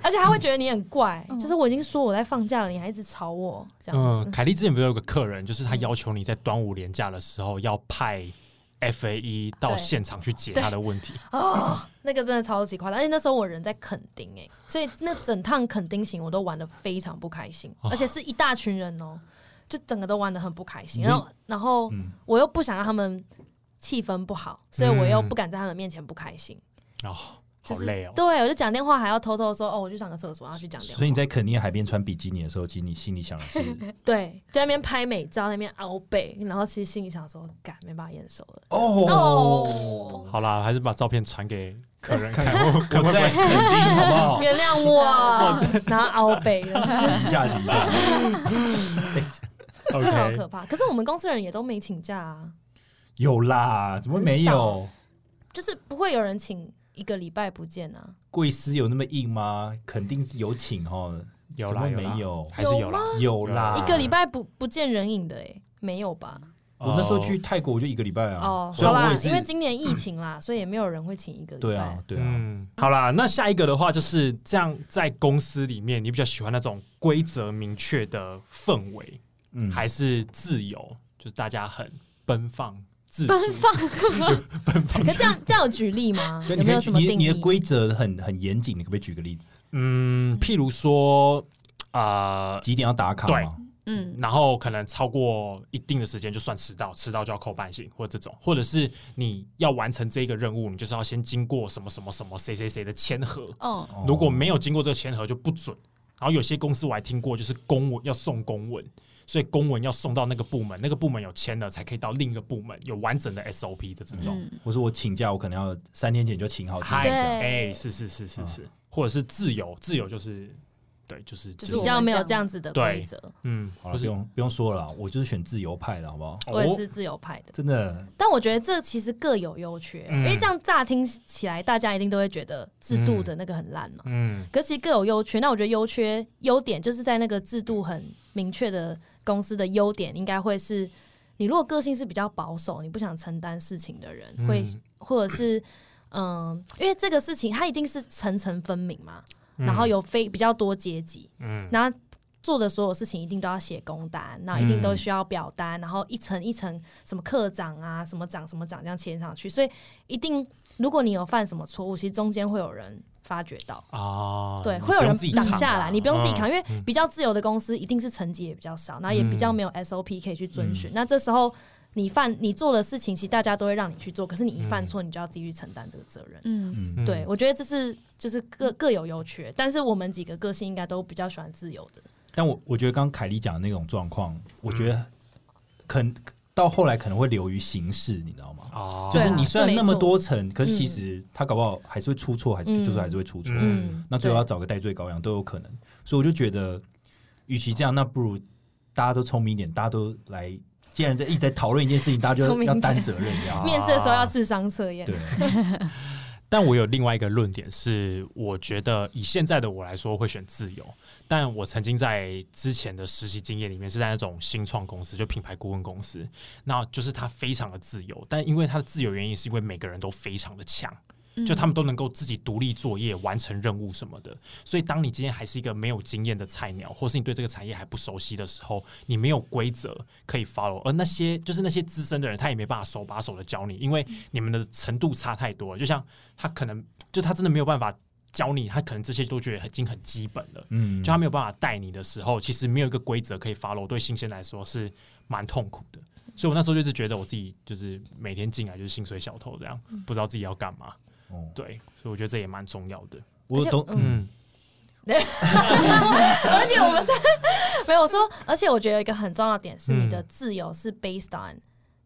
S3: 而且他会觉得你很怪，
S1: 嗯
S3: 就是我已经说我在放假了，你还一直吵我这样子。嗯
S2: 嗯，凯莉之前不是有个客人，就是他要求你在端午连假的时候要派 FAE 到
S3: 对
S2: 现场去解他的问题。
S3: 哦，那个真的超级夸张，而且那时候我人在垦丁哎、所以那整趟垦丁行我都玩的非常不开心，
S4: 哦
S3: 而且是一大群人哦、就整个都玩的很不开心。
S4: 你
S3: 然后，然后
S4: 嗯，
S3: 我又不想让他们气氛不好，所以我又
S2: 嗯
S3: 不敢在他们面前不开心。
S2: 哦，
S3: 就
S2: 好
S3: 是
S2: 累哦。
S3: 对，我就讲电话还要偷偷说哦，我去上个厕所，然后去讲电话。
S4: 所以你在肯尼亚海边穿比基尼的时候，其实你心里想的是
S3: 对，就在那边拍美照，那边凹背，然后其实心里想说，干没办法验收了。
S4: 哦，
S2: 好啦，还是把照片传给客人看，
S4: 我在肯定好 不好？
S3: 原谅
S4: 哦
S3: 我，然后凹背了，
S4: 挤一下，挤一下。
S3: 真的好
S2: OK，
S3: 可怕。可是我们公司人也都没请假啊，
S4: 有啦，怎么没有？
S3: 就是不会有人请一个礼拜不见啊。
S4: 贵司有那么硬吗？肯定是有请哦，
S2: 有
S4: 怎
S2: 啦
S4: 么
S2: 有啦
S4: 没有？
S2: 还是有啦。
S4: 有啦，
S2: 啊
S3: 一个礼拜不不见人影的哎、没有吧？
S4: 我那时候去
S2: 哦，
S4: 泰国我就一个礼拜啊。
S3: 哦，
S4: 虽
S3: 好
S4: 然我
S3: 啦
S4: 也，是
S3: 因为今年疫情 啦，所以也没有人会请一个礼
S4: 对
S3: 拜
S4: 啊。，对啊，
S2: 嗯，好啦，那下一个的话就是这样，在公司里面，你比较喜欢那种规则明确的氛围，
S4: 嗯，
S2: 还是自由？就是大家很奔放、自主
S1: 奔 放，
S3: 可这样这样有举例吗？
S4: 对，
S3: 有
S4: 你
S3: 没
S4: 可
S3: 有
S4: 以
S3: 什
S4: 举
S3: 么
S4: 你
S3: 定
S4: 的你的
S3: 义？
S4: 规则很很严谨，你可不可以举个例子？
S2: 嗯，譬如说啊、呃
S4: 几点要打卡
S2: 对
S4: 吗？
S1: 嗯，
S2: 然后可能超过一定的时间就算迟到，迟到就要扣半薪，或者这种，或者是你要完成这个任务，你就是要先经过什么什么什么谁谁谁的签合，
S1: 嗯，
S4: 哦
S2: 如果没有经过这个签合就不准。然后有些公司我还听过，就是公文要送公文，所以公文要送到那个部门，那个部门有签了才可以到另一个部门，有完整的 SOP 的这种。
S1: 嗯
S4: 我说我请假，我可能要三天前就请好假
S2: 嗨，
S1: 对
S4: 这样。
S2: 哎，是是是是
S4: 嗯
S2: 是，或者是自由，自由就是对，就是
S1: 就
S2: 自
S1: 是
S2: 由
S3: 比较没有这样子的
S2: 对
S3: 规则，
S2: 嗯，不
S4: 好了，不
S2: 是
S4: 用不用说了啦，我就是选自由派的，好不好？
S3: 我也
S2: 哦
S3: 是自由派的。
S4: 真的，
S3: 但我觉得这其实各有优缺，啊
S2: 嗯
S3: 因为这样乍听起来，大家一定都会觉得制度的那个很烂嘛。
S2: 嗯
S3: 可其实各有优缺，那我觉得优缺优点就是在那个制度很明确的公司的优点，应该会是你如果个性是比较保守，你不想承担事情的人，
S2: 嗯
S3: 会或者是嗯，因为这个事情它一定是层层分明嘛，
S2: 嗯
S3: 然后有非比较多阶级，
S2: 嗯
S3: 然后做的所有事情一定都要写工单，然后一定都需要表单，
S2: 嗯
S3: 然后一层一层什么课长啊，什么长什么长这样签上去，所以一定如果你有犯什么错误，其实中间会有人发觉到。
S2: 啊，
S3: 对，
S2: 你
S3: 会有
S2: 不用
S3: 人
S2: 自己
S3: 挡
S2: 扛
S3: 下
S2: 啊
S3: 来，你不用自己扛，因为
S2: 嗯
S3: 比较自由的公司一定是层级也比较少，然后也比较没有 SOP 可以去遵循。
S4: 嗯
S3: 那这时候你犯你做的事情，其实大家都会让你去做，可是你一
S2: 嗯
S3: 犯错，你就要自己去承担这个责任。
S1: 嗯，
S4: 嗯，
S3: 对，我觉得这是就是各
S2: 嗯
S3: 各有优缺，但是我们几个个性应该都比较喜欢自由的。
S4: 但我我觉得刚刚凯莉讲的那种状况，我觉
S2: 嗯
S4: 得肯到后来可能会流于形式，你知道吗？
S2: 啊，
S4: 就
S3: 对
S4: 是
S3: 啊
S4: 你虽然
S3: 是没
S4: 那么
S3: 错
S4: 多层，可是其实他搞不好还是会出错，还是
S3: 嗯
S4: 就是还是会出错。
S2: 嗯
S4: 那最后
S3: 对
S4: 要找个戴罪羔羊都有可能，所以我就觉得，与其这样，那不如大家都聪明一点，大家都来，既然在一直在讨论一件事情，大家
S3: 聪
S4: 就
S3: 明一
S4: 要
S3: 点
S4: 担责任，这样
S2: 啊
S3: 面试的时候要智商测验
S4: 对，，
S2: 但我有另外一个论点是，我觉得以现在的我来说会选自由，但我曾经在之前的实习经验里面是在那种新创公司，就品牌顾问公司，那就是它非常的自由，但因为它的自由原因是因为每个人都非常的强，
S1: 嗯
S2: 就他们都能够自己独立作业、完成任务什么的。所以，当你今天还是一个没有经验的菜鸟，或是你对这个产业还不熟悉的时候，你没有规则可以 follow，而那些就是那些资深的人，他也没办法手把手的教你，因为你们的程度差太多了。就像他可能，就他真的没有办法教你，他可能这些都觉得已经很基本了。
S4: 嗯，
S2: 就他没有办法带你的时候，其实没有一个规则可以 follow，对新鲜来说是蛮痛苦的。所以我那时候就是觉得我自己就是每天进来就是薪水小偷这样，不知道自己要干嘛。
S4: 哦
S2: 对，所以我觉得这也蛮重要的。
S4: 我懂，
S3: 而且
S4: 嗯
S2: 嗯，
S3: 而且我们是没有我说，而且我觉得一个很重要的点是，
S2: 嗯
S3: 你的自由是 based on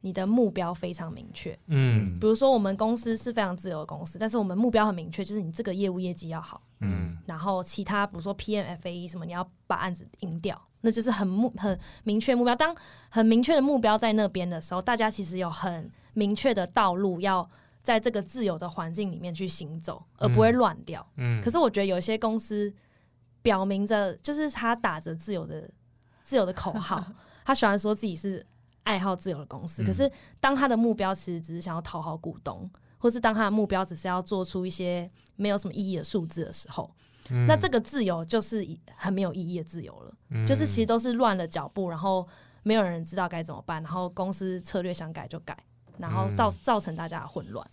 S3: 你的目标非常明确。
S2: 嗯
S3: 比如说，我们公司是非常自由的公司，但是我们目标很明确，就是你这个业务业绩要好，
S2: 嗯
S4: 嗯
S3: 然后其他比如说 PMFAE E 什么，你要把案子赢掉，那就是很目很明确目标。当很明确的目标在那边的时候，大家其实有很明确的道路要在这个自由的环境里面去行走，而不会乱掉。
S2: 嗯
S3: 可是我觉得有一些公司表明着，就是他打着自由的自由的口号，他喜欢说自己是爱好自由的公司。
S4: 嗯
S3: 可是当他的目标其实只是想要讨好股东，或是当他的目标只是要做出一些没有什么意义的数字的时候，
S2: 嗯
S3: 那这个自由就是一很没有意义的自由了。
S2: 嗯
S3: 就是其实都是乱了脚步，然后没有人知道该怎么办，然后公司策略想改就改，然后造造成大家的混乱。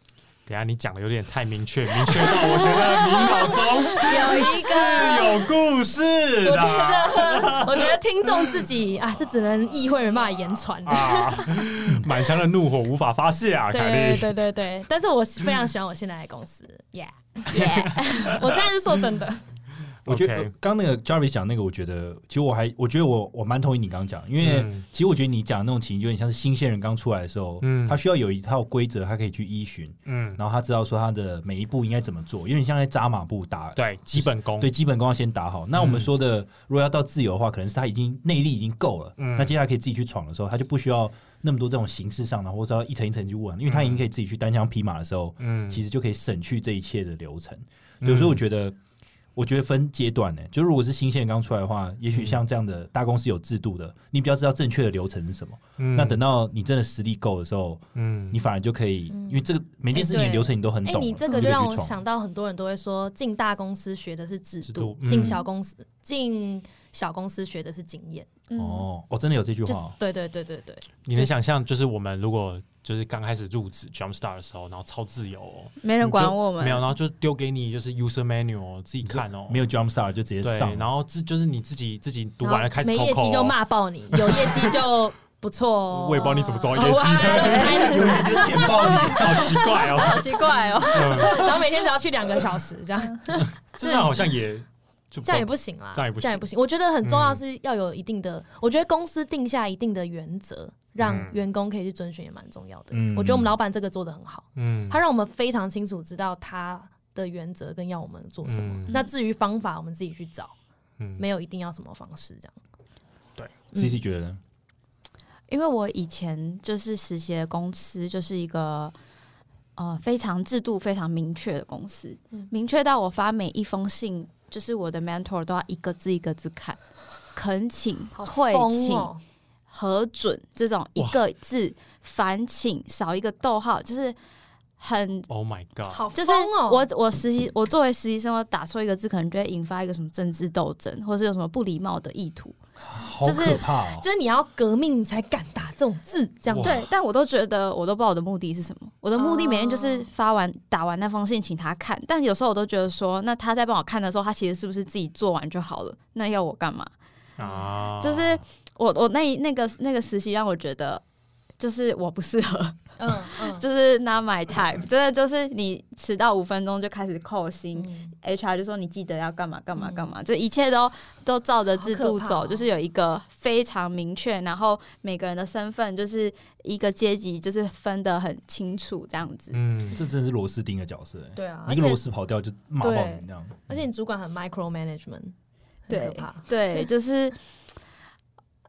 S2: 等一下你讲的有点太明确，明确到我觉得你脑中
S3: 有一个。
S2: 有故事
S3: 我
S2: 的
S3: 觉得，我觉得听众自己啊，这只能意会，没办法言传。
S2: 啊， 满腔的怒火无法发泄啊，
S3: 对
S2: 凯
S3: 对
S2: 莉。
S3: 对对对，但是我非常喜欢我现在的公 司，Yeah，
S1: 耶，
S3: 我现在是说真的，
S4: 我觉
S2: OK
S4: 得呃刚那个 Jarvis 讲那个，我觉得其实我还我觉得我我蛮同意你刚刚讲，因为
S2: 嗯
S4: 其实我觉得你讲的那种情形有点像是新鲜人刚出来的时候，
S2: 嗯
S4: 他需要有一套规则，他可以去依循，
S2: 嗯，
S4: 然后他知道说他的每一步应该怎么做，有点像在扎马步打。
S2: 对，基本功，
S4: 对，基本功要先打好。那我们
S2: 嗯
S4: 说的，如果要到自由的话，可能是他已经内力已经够了，
S2: 嗯
S4: 那接下来可以自己去闯的时候，他就不需要那么多这种形式上的，或者要一层一层去问，因为他已经可以自己去单枪匹马的时候，
S2: 嗯，
S4: 其实就可以省去这一切的流程。
S2: 嗯
S4: 对，所以我觉得，我觉得分阶段呢、就如果是新鲜人刚出来的话，也许像这样的大公司有制度的，你比较知道正确的流程是什么。
S2: 嗯
S4: 那等到你真的实力够的时候，
S2: 嗯
S4: 你反而就可以，因为这个每件事情的
S3: 哎对
S4: 流程你都很
S3: 哎、
S4: 懂了，
S3: 你这个
S2: 嗯
S4: 你
S3: 就
S4: 可以
S3: 让
S4: 去
S3: 我
S4: 闯
S3: 想到很多人都会说，进大公司学的是制
S2: 制
S3: 度
S2: 度，
S3: 进、
S4: 嗯
S3: 小公司进小公司学的是经验，
S1: 嗯，
S4: 哦，哦，真的有这句
S2: 啊
S3: 就
S4: 话
S3: 是
S4: 哦。
S3: 对对对对对，
S2: 你能想象，就是我们如果就是刚开始入职 Jumpstar 的时候，然后超自由哦，
S1: 没人管我们，
S2: 没有，然后就丢给你就是 user menu 哦，自己看哦，
S4: 没有 jump start 就直接
S2: 对
S4: 上，，
S2: 然后自就是你自己自己读
S3: 然
S2: 完
S3: 后
S2: 了开始
S3: 没业
S2: Coco
S3: 绩就
S2: 哦
S3: 骂爆你，有业绩就不 错哦。
S2: 我也不知道你怎么做到
S3: 哦
S2: 业绩
S3: 哇对
S4: 有人直接舔爆 你。
S2: 好奇怪哦。
S1: 好奇怪哦，
S2: 嗯
S3: 然后每天只要去两个小时，这样
S2: 这样好像也就
S3: 这样也不行啦，
S2: 哦这样也不行
S3: 行。我觉得很重要
S2: 嗯
S3: 是要有一定的，我觉得公司定下一定的原则，让
S2: 嗯
S3: 员工可以去遵循，也蛮重要的。
S4: 嗯
S3: 我觉得我们老板这个做的很好。
S2: 嗯
S3: 他让我们非常清楚知道他的原则跟要我们做什么。
S2: 嗯
S3: 那至于方法，我们自己去找，
S2: 嗯
S3: 没有一定要什么方式这样。嗯
S4: C C 觉得呢，
S1: 因为我以前就是实习的公司就是一个呃非常制度非常明确的公司，
S3: 嗯
S1: 明确到我发每一封信，就是我的 mentor 都要一个字一个字看，恳请、
S3: 好
S1: 会
S3: 疯
S1: 请、
S3: 哦！
S1: 核准这种一
S2: 哇
S1: 个字反请少一个逗号，就是很
S2: Oh my god！
S3: 好
S1: 就是
S3: 疯哦
S1: 我我实习我作为实习生，我打错一个字，可能就会引发一个什么政治斗争，或是有什么不礼貌的意图。
S4: 好
S1: 就是
S4: 可怕哦！
S3: 就是你要革命才敢打这种字，这样
S2: 哇
S1: 对，但我都觉得我都不知道我的目的是什么。我的目的每天就是发完、打完那封信请他看，但有时候我都觉得说，那他在帮我看的时候，他其实是不是自己做完就好了？那要我干嘛？
S2: 啊，
S1: 就是我我那一那个那个实习让我觉得。就是我不适合，
S3: 嗯 嗯，
S1: 就是 not my type，真的就是你迟到五分钟就开始扣薪，HR 就说你记得要干嘛干嘛干嘛，就一切都都照着制度
S3: 嗯好可
S1: 走，
S3: 怕哦
S1: 就是有一个非常明确，然后每个人的身份就是一个阶级，就是分得很清楚这样子。
S2: 嗯，
S4: 这真的是螺丝钉的角色欸，
S3: 对啊，
S4: 一
S3: 而
S4: 个螺
S3: 且
S4: 丝跑掉就骂爆你这样。
S3: 而且你主管很 micro management，很可
S1: 对
S3: 怕。
S1: 对， 就是。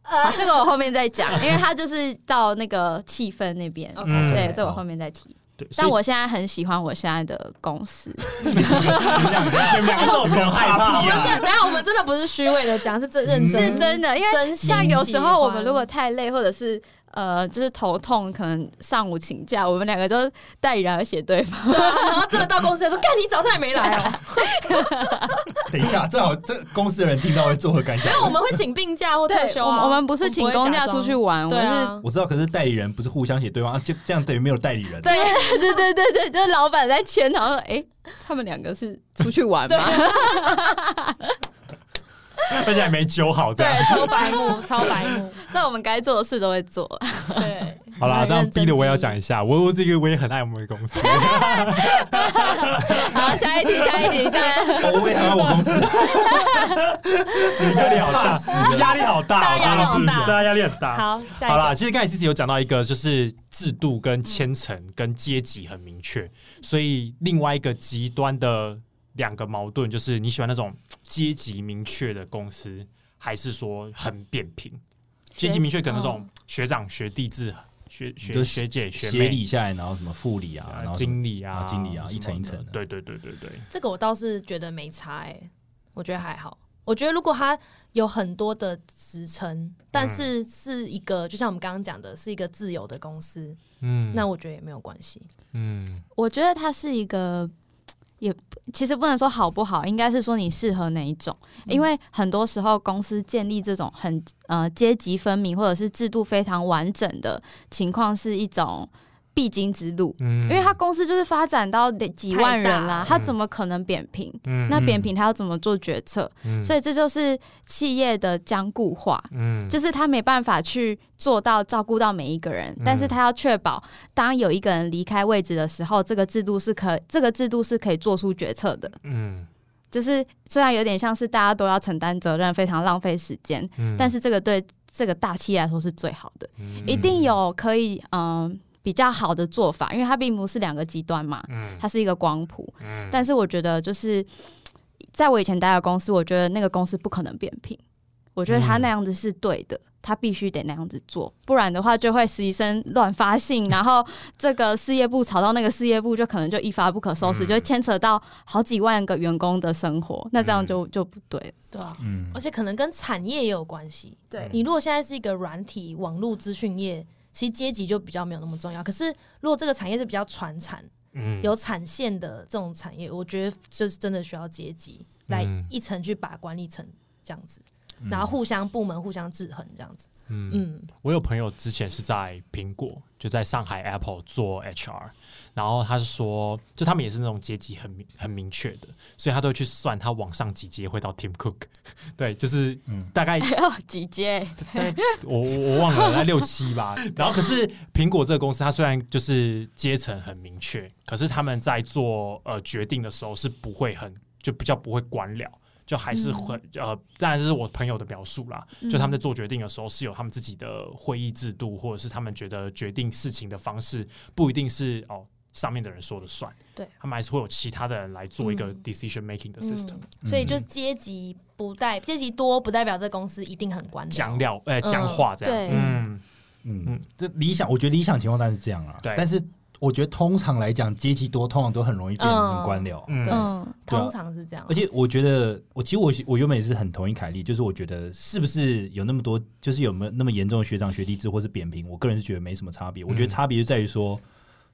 S1: 好这个我后面再讲，因为他就是到那个气氛那边，
S3: OK 嗯
S2: 嗯
S1: 对，这我
S4: 好
S1: 后面再提。
S2: 对，
S1: 但
S2: 所以
S1: 我现在很喜欢我现在的公 司，
S4: 你们两个都很害
S3: 我
S4: 怕 啊
S3: 们这，等一下我们真的不是虚伪的讲，是真认真，
S1: 是真的，因为
S3: 真心
S1: 像有时候我
S3: 喜欢
S1: 们如果太累，或者是呃，就是头痛，可能上午请假，我们两个就带然而写对方。
S3: 对啊然后真的到公司来说，干你早上还没来哦，
S4: 等一下，正好这公司的人听到会作何感
S3: 因
S4: 想
S3: 为？我们会请病假或特
S1: 对，
S3: 休
S1: 我
S3: 啊
S1: 们我们不是请公假出去，玩，
S3: 我
S1: 我
S3: 们不
S1: 们
S3: 会假
S1: 是
S3: 装啊
S4: 我知道，可是代理人不是互相写对方，啊就这样等于没有代理人。
S1: 对对对对对，就是老板在签，然后说，哎，他们两个是出去玩
S3: 对
S1: 吗
S3: 啊，？
S2: 而且还没揪好这
S3: 对
S2: 样。
S3: 对，超白 目，超白目，
S1: 那我们该做的事都会做。
S3: 对。
S2: 好啦，
S3: 很
S2: 这样
S3: 认真
S2: 逼的我也要讲一下，我我这个我也很爱我们的公 司，
S1: 好，下一题，下一题，对，
S4: 哦我也很爱我 公司，
S2: 你压力好大，压力好大哦，
S3: 大家压力好
S2: 真的
S3: 大
S2: 是，大家压力很大。
S3: 好，下一
S2: 好
S3: 个
S2: 啦，其实刚才 C C 有讲到一个，就是制度跟千层跟阶级很明确，所以另外一个极端的两个矛盾就是，你喜欢那种阶级明确的公司，还是说很扁平？阶级明确可能那种学长学弟制、学学
S4: 就是
S2: 学姐学
S4: 协
S2: 妹
S4: 理下来，然后什么副理啊，然后什么
S2: 经理啊、
S4: 啊经理啊
S2: 什么的
S4: 一层一层的
S2: 对对对对对，
S3: 这个我倒是觉得没差、欸，我觉得还好。我觉得如果他有很多的职称，但是是一个、就像我们刚刚讲的，是一个自由的公司，
S2: 嗯
S3: 那我觉得也没有关系。
S2: 嗯
S1: 我觉得它是一个。也其实不能说好不好，应该是说你适合哪一种。
S2: 嗯
S1: 因为很多时候公司建立这种很呃阶级分明或者是制度非常完整的情况，是一种必经之路。
S2: 嗯
S1: 因为他公司就是发展到得几万人啦
S3: 太大，
S1: 他怎么可能扁平？
S2: 嗯
S1: 那扁平他要怎么做决策？
S2: 嗯
S1: 所以这就是企业的僵固化。
S2: 嗯
S1: 就是他没办法去做到照顾到每一个
S2: 嗯
S1: 人，但是他要确保，当有一个人离开位置的时候，这个制度是可这个制度是可以做出决策的。
S2: 嗯
S1: 就是虽然有点像是大家都要承担责任，非常浪费时间，
S2: 嗯
S1: 但是这个对这个大企业来说是最好的，一定有可以嗯、比较好的做法，因为它并不是两个极端嘛，
S2: 嗯
S1: 它是一个光谱。
S2: 嗯
S1: 但是我觉得就是在我以前待的公司，我觉得那个公司不可能扁平，我觉得
S2: 嗯
S1: 他那样子是对的，他必须得那样子做，不然的话就会实习生乱发信， 然后这个事业部吵到那个事业部，就可能就一发不可收拾，
S2: 嗯
S1: 就牵扯到好几万个员工的生活，那这
S2: 嗯
S1: 样就就不对了。
S3: 对啊，
S4: 嗯
S3: 而，且可能跟产业也有关系。
S1: 对
S3: 你如果现在是一个软体网络资讯业，其实阶级就比较没有那么重要。可是如果这个产业是比较传产、
S2: 嗯
S3: 有产线的这种产业，我觉得就是真的需要阶级来
S2: 嗯
S3: 一层去把管理层这样子，然后互相部门互相制衡这样子。
S2: 嗯
S3: 嗯，
S2: 我有朋友之前是在苹果，就在上海 Apple 做 HR，然后他是说，就他们也是那种阶级很明很明确的，所以他都会去算他往上几阶会到 Tim Cook，对， 就是
S4: 嗯
S2: 大概、
S1: 哎呦，姐姐，
S2: 大概我我我忘了，大概六七吧。然后可是苹果这个公司，它虽然就是阶层很明确，可是他们在做呃决定的时候是不会很就比较不会官僚。就还
S3: 嗯
S2: 是会、呃，当然这是我朋友的描述啦。
S1: 嗯
S2: 就他们在做决定的时候是有他们自己的会议制度，或者是他们觉得决定事情的方式不一定是哦上面的人说了算，
S3: 对
S2: 他们还是会有其他的人来做一个
S3: 嗯
S2: decision making 的 system
S3: 嗯。、所以就是阶级不代阶级多不代表这公司一定很官僚。
S2: 讲料，哎，
S3: 嗯
S2: 讲话这样，
S1: 对
S2: 嗯
S4: 嗯
S2: 嗯，
S4: 这理想，我觉得理想情况当然是这样啊。
S2: 对
S4: 但是我觉得通常来讲，阶级多通常都很容易变成官僚。
S2: 嗯嗯
S1: 嗯，
S4: 对啊
S3: 通常是这样
S4: 而。且我觉得，我其实我我原本也是很同意凯莉，就是我觉得是不是有那么多，就是有没有那么严重的学长学弟制或是扁平，我个人是觉得没什么差别。我觉得差别就在于说，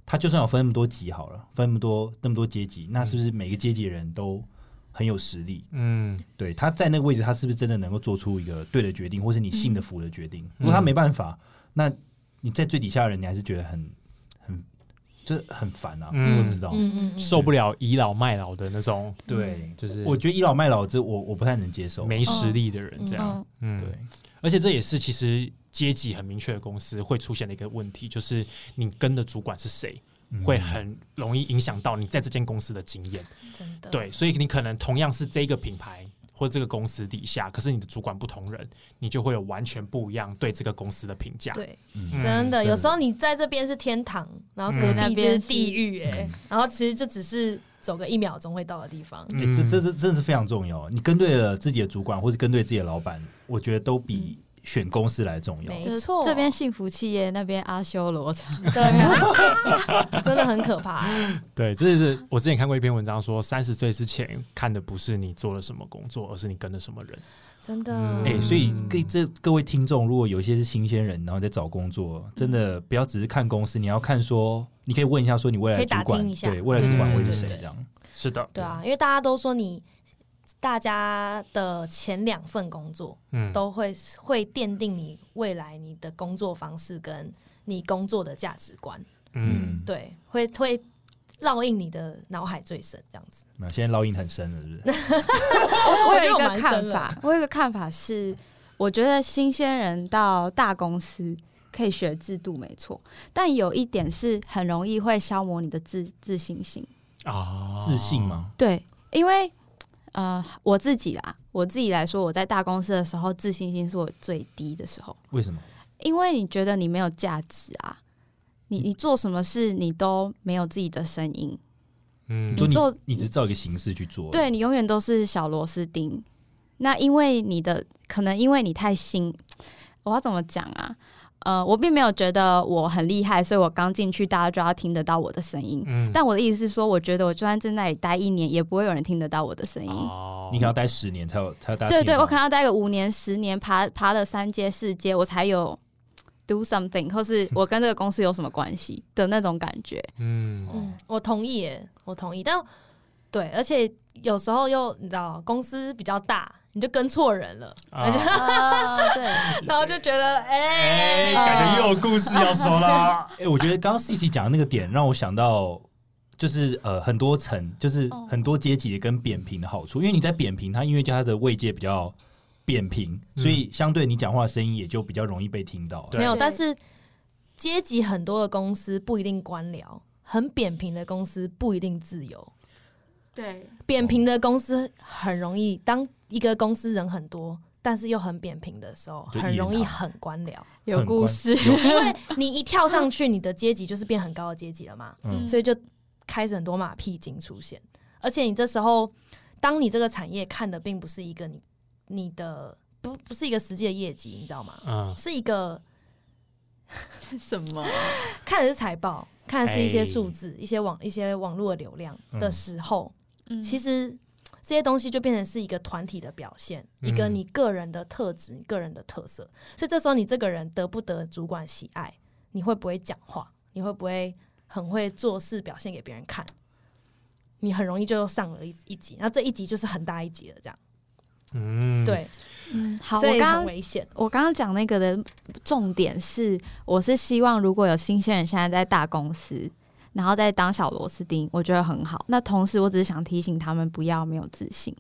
S4: 他就算有分那么多级好了，分那么多那么多阶级，那是不是每个阶级的人都很有实力？
S2: 嗯，
S4: 对，他在那个位置，他是不是真的能够做出一个对的决定，或是你信得服的决定？如果他没办法，那你在最底下的人，你还是觉得很很就是很烦啊，
S2: 嗯
S4: 我也不知道。
S3: 嗯嗯嗯，
S2: 受不了倚老卖老的那种，
S4: 对，
S2: 就是
S4: 我觉得倚老卖老这我我不太能接受。
S2: 没实力的人这样。
S1: 嗯，
S2: 嗯，
S4: 对，
S2: 而且这也是其实阶级很明确的公司会出现的一个问题，就是你跟的主管是谁，
S4: 嗯
S2: 会很容易影响到你在这间公司的经验。
S3: 真的，
S2: 对，所以你可能同样是这个品牌或这个公司底下，可是你的主管不同人，你就会有完全不一样对这个公司的评价。
S3: 对，
S2: 嗯，
S3: 真的，
S4: 真
S3: 有
S4: 的
S3: 时候你在这边是天堂，然后
S2: 嗯
S3: 隔
S1: 那
S3: 壁就
S1: 边
S3: 是
S1: 是
S3: 地狱，哎，然后其实就只是走个一秒钟会到的地
S2: 嗯
S3: 方。
S4: 欸这这这真的是非常重要。你跟对了自己的主管，或是跟对自己的老板，我觉得都比选公司来重
S3: 嗯
S4: 要。
S3: 没
S1: 就是
S3: 错
S1: 这边幸福企业，那边阿修罗场，
S3: 对， 真的很可怕。
S2: 对，这是我之前看过一篇文章说，三十岁之前看的不是你做了什么工作，而是你跟了什么人。
S3: 真的，
S2: 嗯
S4: 哎、所以各这各位听众，如果有一些是新鲜人，然后在找工作，真的
S3: 嗯
S4: 不要只是看公司，你要看说，你可以问一下说你未来
S3: 可
S4: 的
S3: 以打
S4: 主管
S3: 听一，下
S4: 对未来主管会
S2: 嗯
S4: 是
S2: 对
S4: 谁
S3: 对对
S4: 这样。
S2: 是的，
S3: 对啊，因为大家都说你大家的前两份工作
S2: 嗯，
S3: 都会会奠定你未来你的工作方式跟你工作的价值观，
S2: 嗯，
S4: 嗯，
S3: 对，会会烙印你的脑海最深这样子。
S4: 那现在烙印很深了，是不是？
S1: 我有
S3: 觉得
S1: 一
S3: 我
S1: 个
S3: 蛮深
S1: 看
S3: 了
S1: 法，我有一个看法是，我觉得新鲜人到大公司可以学制度没错，但有一点是很容易会消磨你的自自信心。
S2: 啊，
S4: 自信？嘛，
S1: 对，因为呃，我自己啦，我自己来说，我在大公司的时候，自信心是我最低的时候，
S4: 为什么？
S1: 因为你觉得你没有价值啊，你你做什么事你都没有自己的声音，
S2: 嗯
S4: 你，说
S1: 做
S4: 你你只照一个形式去做，
S1: 对你永远都是小螺丝钉。那因为你的可能因为你太新，我要怎么讲啊？呃，我并没有觉得我很厉害，所以我刚进去大家就要听得到我的声音。
S2: 嗯
S1: 但我的意思是说，我觉得我就算在那里待一年，也不会有人听得到我的声音。
S2: 哦
S4: 你可能要待十年才有才有大家
S1: 对
S4: 听
S1: 对，
S4: 得到
S1: 我可能要待个五年、十年，爬爬了三阶、四阶，我才有 do something，或 是我跟这个公司有什么关系的那种感觉。
S2: 嗯
S3: 嗯，我同意耶，我同意。但对，而且有时候又你知道，公司比较大，你就跟错人了，
S2: 啊，
S3: 哦
S1: 啊，对，
S3: 然后就觉得
S2: 哎，
S3: 哎、
S2: 感觉又有故事要说啦。
S4: 哎、我觉得刚刚 C C 讲的那个点让我想到，就是呃很多层，就是
S1: 哦
S4: 很多阶级跟扁平的好处，因为你在扁平，它因为就它的位阶比较扁平，所以相对你讲话的声音也就比较容易被听到。
S2: 对
S3: 没有。
S1: 对
S3: 但是阶级很多的公司不一定官僚，很扁平的公司不一定自由。
S1: 对，
S3: 扁平的公司很容易，当一个公司人很多，但是又很扁平的时候，
S4: 就一言
S3: 很容易
S4: 堂
S3: 很官僚。
S1: 有
S4: 很
S1: 故
S4: 关
S1: 事。
S3: 因为你一跳上去，你的阶级就是变很高的阶级了嘛，
S4: 嗯
S3: 所以就开始很多马屁精出现。而且你这时候，当你这个产业看的并不是一个你你的不不是一个实际的业绩，你知道吗？
S2: 嗯，
S3: 是一个
S1: 什么？啊
S3: 看的是财报，看的是一些
S2: 哎
S3: 数字、一些网、一些网络的流量的
S4: 嗯
S3: 时候，
S1: 嗯
S3: 其实这些东西就变成是一个团体的表现，一个
S2: 嗯
S3: 你个人的特质、你个人的特色。所以这时候你这个人得不得主管喜爱，你会不会讲话，你会不会很会做事，表现给别人看，你很容易就上了一一级，那这一级就是很大一级了，这样
S2: 嗯，
S3: 对，
S1: 嗯，好，
S3: 所
S1: 我
S3: 以
S1: 刚
S3: 很
S1: 刚
S3: 危险。
S1: 我刚刚讲那个的重点是，我是希望如果有新鲜人现在在大公司，然后在当小螺丝钉，我觉得很好。那同时，我只是想提醒他们不要没有自信，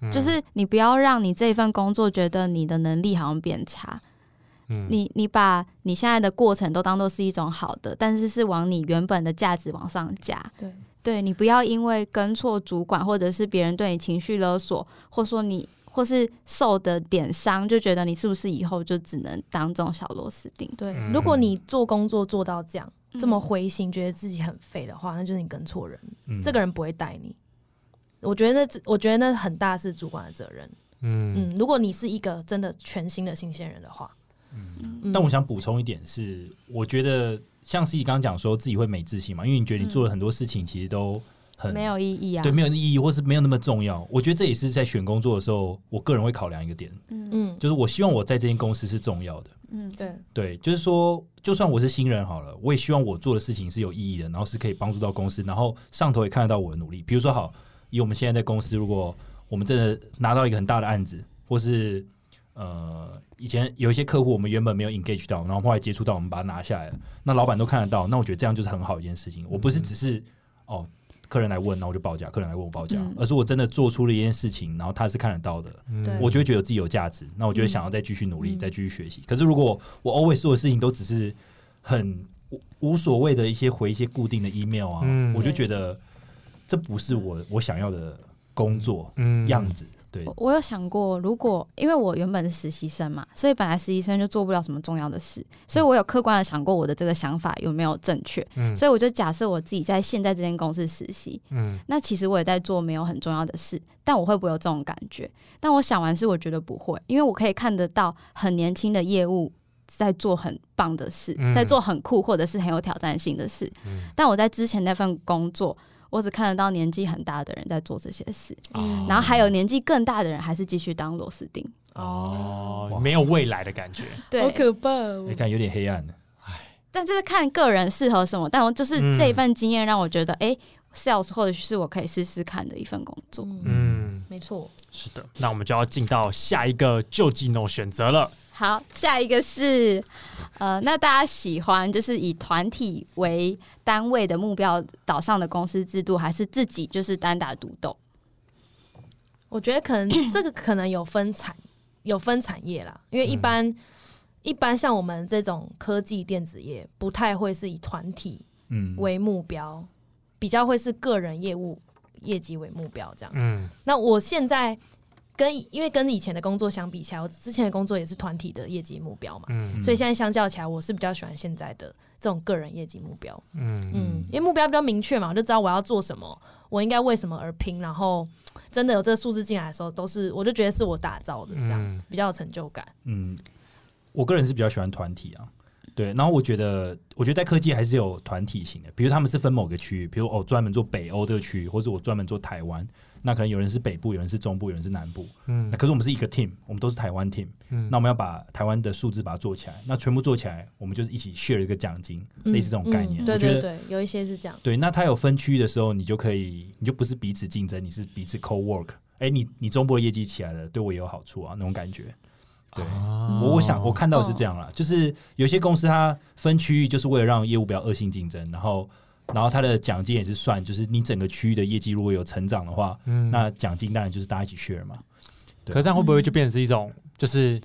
S2: 嗯，
S1: 就是你不要让你这份工作觉得你的能力好像变差。
S2: 嗯
S1: 你你把你现在的过程都当做是一种好的，但是是往你原本的价值往上加。
S3: 对，
S1: 对你不要因为跟错主管，或者是别人对你情绪勒索，或说你或是受的点伤，就觉得你是不是以后就只能当这种小螺丝钉？
S3: 对，
S2: 嗯
S3: 如果你做工作做到这样。这么
S1: 嗯
S3: 灰心，觉得自己很废的话，那就是你跟错人。
S4: 嗯
S3: 这个人不会带你。我觉得那，我觉得那很大是主管的责任。
S2: 嗯
S3: 嗯，如果你是一个真的全新的新鲜人的话，嗯，
S4: 但我想补充一点是，我觉得像 C C 刚刚讲说自己会没自信嘛，因为你觉得你做了很多事情其实都很
S1: 没有意义啊
S4: 对，。没有意义，或是没有那么重要。我觉得这也是在选工作的时候，我个人会考量一个点，
S1: 嗯
S3: 嗯，
S4: 就是我希望我在这间公司是重要的。
S1: 嗯，
S3: 对，
S4: 对，就是说，就算我是新人好了，我也希望我做的事情是有意义的，然后是可以帮助到公司，然后上头也看得到我的努力。比如说，好，以我们现在在公司，如果我们真的拿到一个很大的案子，或是呃，以前有一些客户我们原本没有 engage 到，然后后来接触到，我们把它拿下来了，那老板都看得到，那我觉得这样就是很好一件事情。我不是只是、哦，客人来问，那我就报价，客人来问我报价，
S1: 嗯
S4: 而是我真的做出了一件事情，然后他是看得到的，
S2: 嗯
S3: 对
S4: 我就会觉得自己有价值，那我就会想要再继续努力，
S3: 嗯
S4: 再继续学习。可是如果我 always 做的事情都只是很无无所谓的一些回一些固定的 email 啊，
S2: 嗯
S4: 我就觉得这不是我我想要的工作
S2: 嗯
S4: 样子。对
S1: 我，我有想过，如果因为我原本是实习生嘛，所以本来实习生就做不了什么重要的事，
S4: 嗯
S1: 所以我有客观的想过我的这个想法有没有正确，
S2: 嗯
S1: 所以我就假设我自己在现在这间公司实习，
S2: 嗯
S1: 那其实我也在做没有很重要的事，但我会不会有这种感觉？但我想完是我觉得不会，因为我可以看得到很年轻的业务在做很棒的事，
S2: 嗯
S1: 在做很酷或者是很有挑战性的事。
S2: 嗯
S1: 但我在之前那份工作，我只看得到年纪很大的人在做这些事，
S3: 嗯
S2: 哦
S1: 然后还有年纪更大的人还是继续当螺丝钉。
S2: 哦，没有未来的感觉，
S1: 对，
S3: 好可怕哦
S4: 哎你、！看有点黑暗的，
S1: 但就是看个人适合什么。但我就是
S2: 嗯
S1: 这一份经验让我觉得，哎、s a l e s 或者是我可以试试看的一份工作。
S3: 嗯，
S2: 嗯，
S3: 没错，
S2: 是的，那我们就要进到下一个救济 no 选择了，
S1: 好，下一个是，呃，那大家喜欢就是以团体为单位的目标导向的公司制度，还是自己就是单打独斗？
S3: 我觉得可能这个可能有分 产有分产业啦，因为一般、一般像我们这种科技电子业，不太会是以团体
S4: 嗯，
S3: 为目标，比较会是个人业务业绩为目标这样。
S2: 嗯
S3: 那我现在跟因为跟以前的工作相比起来，我之前的工作也是团体的业绩目标嘛，
S2: 嗯
S3: 所以现在相较起来，我是比较喜欢现在的这种个人业绩目标。
S2: 嗯
S3: 嗯，因为目标比较明确嘛，我就知道我要做什么，我应该为什么而拼，然后真的有这个数字进来的时候，都是我就觉得是我打造的，这样、
S2: 嗯
S3: 比较有成就感。
S4: 嗯，我个人是比较喜欢团体啊。对，然后我觉得，我觉得在科技还是有团体型的，比如他们是分某个区域，比如哦专门做北欧这个区域，或者我专门做台湾，那可能有人是北部，有人是中部，有人是南部，
S2: 嗯
S4: 那可是我们是一个 team，我们都是台湾 team，、
S2: 嗯
S4: 那我们要把台湾的数字把它做起来，那全部做起来，我们就是一起 share 一个奖金，类似这种概念。
S3: 嗯
S4: 我
S3: 对
S4: 觉
S3: 对
S4: 得
S3: 对，有一些是这样。
S4: 对，那它有分区域的时候，你就可以，你就不是彼此竞争，你是彼此 co work。哎、你你中部的业绩起来了，对我也有好处啊，那种感觉。对，
S2: 哦
S4: 我我想我看到的是这样啦，就是有些公司它分区域就是为了让业务不要恶性竞争，然后然后它的奖金也是算，就是你整个区域的业绩如果有成长的话，
S2: 嗯
S4: 那奖金当然就是大家一起 share 嘛。对
S2: 可是这样会不会就变成是一种，就是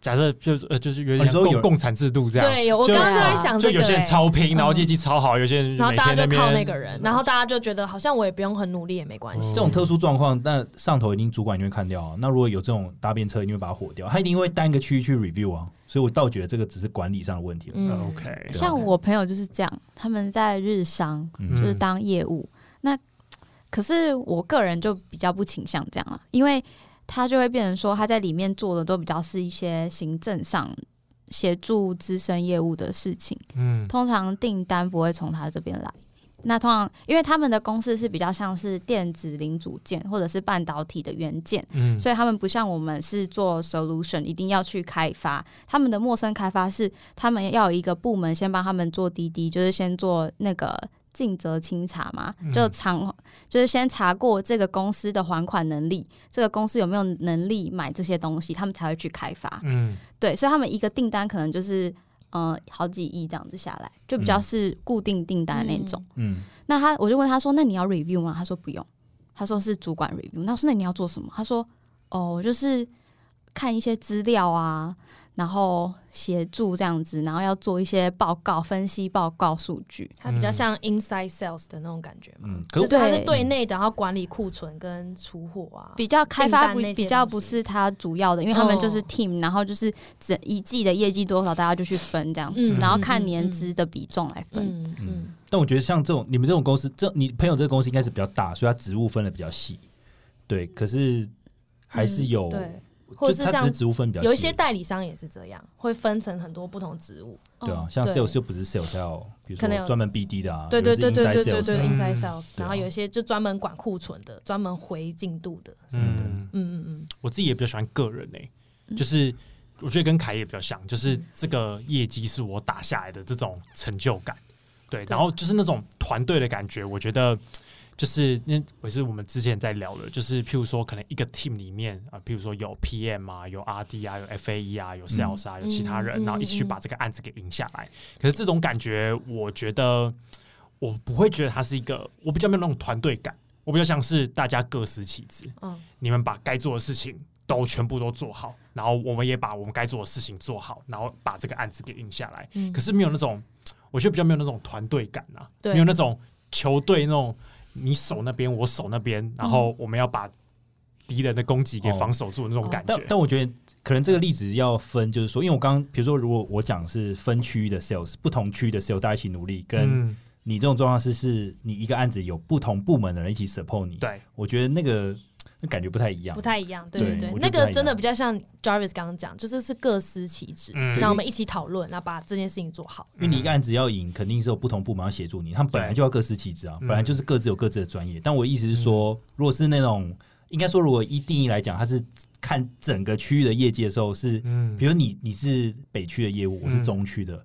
S2: 假设就是呃，就是有
S4: 哦
S2: 点
S4: 你
S2: 像
S4: 说有
S2: 共共产制度这样？
S3: 对，有我刚刚就在想
S2: 就
S3: 这个、
S2: 有些人
S3: 欸
S2: 超拼，然后
S3: 嗯
S2: 业绩超好，有些人
S3: 然后
S2: 每
S3: 大
S2: 天
S3: 家就
S2: 边
S3: 靠
S2: 哦
S3: 那个人，然后大家就觉得好像我也不用很努力也没关系。
S4: 这种特殊状况，那上头一定主管一定会看掉啊。那如果有这种搭便车，一定会把它火掉，他一定会单一个区域去 review 啊。所以我倒觉得这个只是管理上的问题了。
S2: 嗯
S3: 嗯
S2: OK，
S4: 对啊
S1: 像我朋友就是这样，他们在日商
S4: 嗯
S1: 就是当业务。那可是我个人就比较不倾向这样了，因为他就会变成说他在里面做的都比较是一些行政上协助资深业务的事情，
S2: 嗯
S1: 通常订单不会从他这边来。那通常，因为他们的公司是比较像是电子零组件或者是半导体的元件，
S2: 嗯
S1: 所以他们不像我们是做 solution，一定要去开发。他们的陌生开发是他们要有一个部门先帮他们做滴滴，就是先做那个尽责清查嘛，
S2: 嗯
S1: 就常就是先查过这个公司的还款能力，这个公司有没有能力买这些东西，他们才会去开发。
S2: 嗯
S1: 对，所以他们一个订单可能就是。嗯、好几亿这样子下来，就比较
S4: 嗯
S1: 是固定订单那种。
S4: 嗯，
S1: 那他我就问他说：“那你要 review 吗？”他说：“不用。”他说：“是主管 review。”那我说：“那你要做什么？”他说：“哦，我就是看一些资料啊，然后协助这样子，然后要做一些报告、分析报告数据。
S3: 它比较像 inside sales 的那种感觉嘛，
S4: 嗯可
S3: 就是是它是
S1: 对
S3: 对内的，然后管理库存跟出货啊。
S1: 比较开发不
S3: 订单那些
S1: 比较
S3: 东
S1: 不
S3: 西
S1: 是他主要的，因为他们就是
S3: 哦
S1: team，、然后就是整一季的业绩多少，大家就去分这样子，
S3: 嗯
S1: 然后
S3: 嗯
S1: 看
S3: 嗯
S1: 年
S3: 嗯
S1: 资的比重来分。
S3: 嗯嗯，
S4: 但我觉得像这种你们这种公司，这你朋友这个公司应该是比较大，所以它职务分的比比较细。对，可是还是有
S3: 对，或者
S4: 就是它只
S3: 像
S4: 是职务分比较细
S3: 有一些代理商也是这样，会分成很多不同职务。
S4: 对啊
S1: 哦，
S4: 像
S3: 对
S4: sales 就不是 sales，还有比如
S3: 可能
S4: 说
S3: 有
S4: 专门 BD 的啊，
S3: 对对对对对对对
S2: 啊
S3: 对，inside
S2: 嗯
S3: sales，然后有一些就专门管库存的，专门回进度的什么的。
S2: 嗯，
S3: 嗯嗯嗯，
S2: 我自己也比较喜欢个人呢、欸
S1: 嗯
S2: 就是我觉得跟凯也比较像，就是
S3: 嗯
S2: 这个业绩是我打下来的这种成就感，对，
S3: 对
S2: 然后就是那种团队的感觉，我觉得。就是那也是我们之前在聊的，就是譬如说，可能一个 team 里面啊、譬如说有 PM 啊，有 RD 啊，有 FAE 啊，有 sales 啊，有其他人，
S3: 嗯
S2: 然后一起去
S3: 嗯
S2: 把这个案子给赢下来。可是这种感觉，我觉得我不会觉得它是一个，我比较没有那种团队感，我比较像是大家各司其职。
S3: 嗯，
S2: 你们把该做的事情都全部都做好，然后我们也把我们该做的事情做好，然后把这个案子给赢下来。
S3: 嗯
S2: 可是没有那种，我觉得比较没有那种团队感啊，
S3: 对
S2: 没有那种球队那种你守那边我守那边，然后我们要把敌人的攻击给防守住的那种感觉。
S4: 哦但但我觉得可能这个例子要分，就是说，因为我刚刚比如说，如果我讲是分区域的 sales，不同区域的 sales 大家一起努力，跟
S2: 嗯，
S4: 你这种状况是是你一个案子有不同部门的人一起 support 你，
S2: 对，
S4: 我觉得那个那感觉不太一样
S3: 不。太一样，对
S4: 对
S3: 对对
S4: 我，觉得
S3: 那
S4: 不太
S3: 个
S4: 一
S3: 真的
S4: 样
S3: 比较像 Jarvis 刚刚讲，就是是各司其职，
S2: 嗯
S3: 让我们一起讨论，然后把这件事情做好。
S4: 因为你一个案子要赢，肯定是有不同部门要协助你，他们本来就要各司其职啊，
S2: 嗯
S4: 本来就是各自有各自的专业。但我意思是说，如果是那种应该说，如果一定义来讲，它是看整个区域的业绩的时候是
S2: 嗯
S4: 比如你你是北区的业务，我是中区的，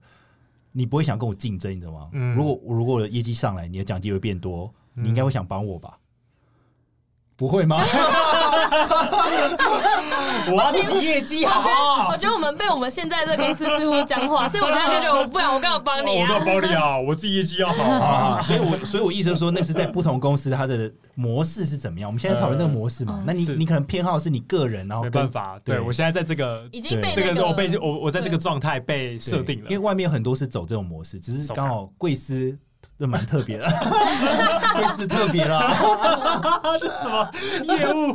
S4: 你不会想跟我竞争，你知道吗？
S2: 嗯
S4: 如果我如果我的业绩上来，你的奖金会变多，
S2: 嗯
S4: 你应该会想帮我吧？不会 吗？我要自己业绩啊好不
S3: 我
S4: 好？
S3: 觉得我们被我们现在这个公司似乎僵化，所以我现在就觉得我不然我干嘛帮你啊？
S2: 包你啊，我自己业绩要好
S4: 啊，所以我所以我意思是说，那是在不同公司它的模式是怎么样？我们现在讨论那个模式嘛
S1: 嗯？
S4: 那你
S2: 是
S4: 你可能偏好是你个人，然后
S2: 没
S4: 哦跟
S2: 办法，对
S4: 对
S2: 我现在在这个
S3: 已经被
S2: 这
S3: 那
S2: 个
S3: 个
S2: 我被我我在这个
S3: 对
S2: 状态被
S4: 对
S2: 设定了
S4: 因为，外面很多是走这种模式，只是
S2: 手
S4: 刚
S2: 感
S4: 好贵司这蛮特 别的，贵司特别啦。
S2: 这是什么业务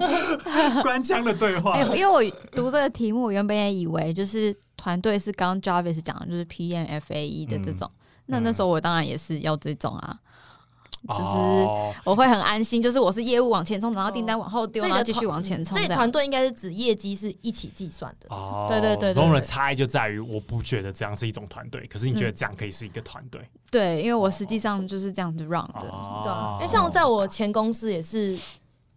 S2: 官腔的对话
S1: 哎、因为我读这个题目，我原本也以为就是团队是刚刚 Jarvis 讲的，就是 PMFAE E 的这种。
S2: 嗯
S1: 那那时候我当然也是要这种啊，就是
S2: 哦
S1: 我会很安心，就是我是业务往前冲，然后订单往后丢，
S3: 哦这个
S1: 然后继续
S3: 团
S1: 往前冲
S3: 这
S1: 这
S3: 个
S1: 样。
S3: 团队应该是指业绩是一起计算的，
S2: 哦
S3: 对对对对
S2: 然后我们的
S3: 对
S2: 差异就在于，我不觉得这样是一种团队，可是你觉得这样可以是一个团队
S1: 对，因为我实际上就是这样子 run 的。
S2: 哦
S3: 对啊，因为像在我前公司也是，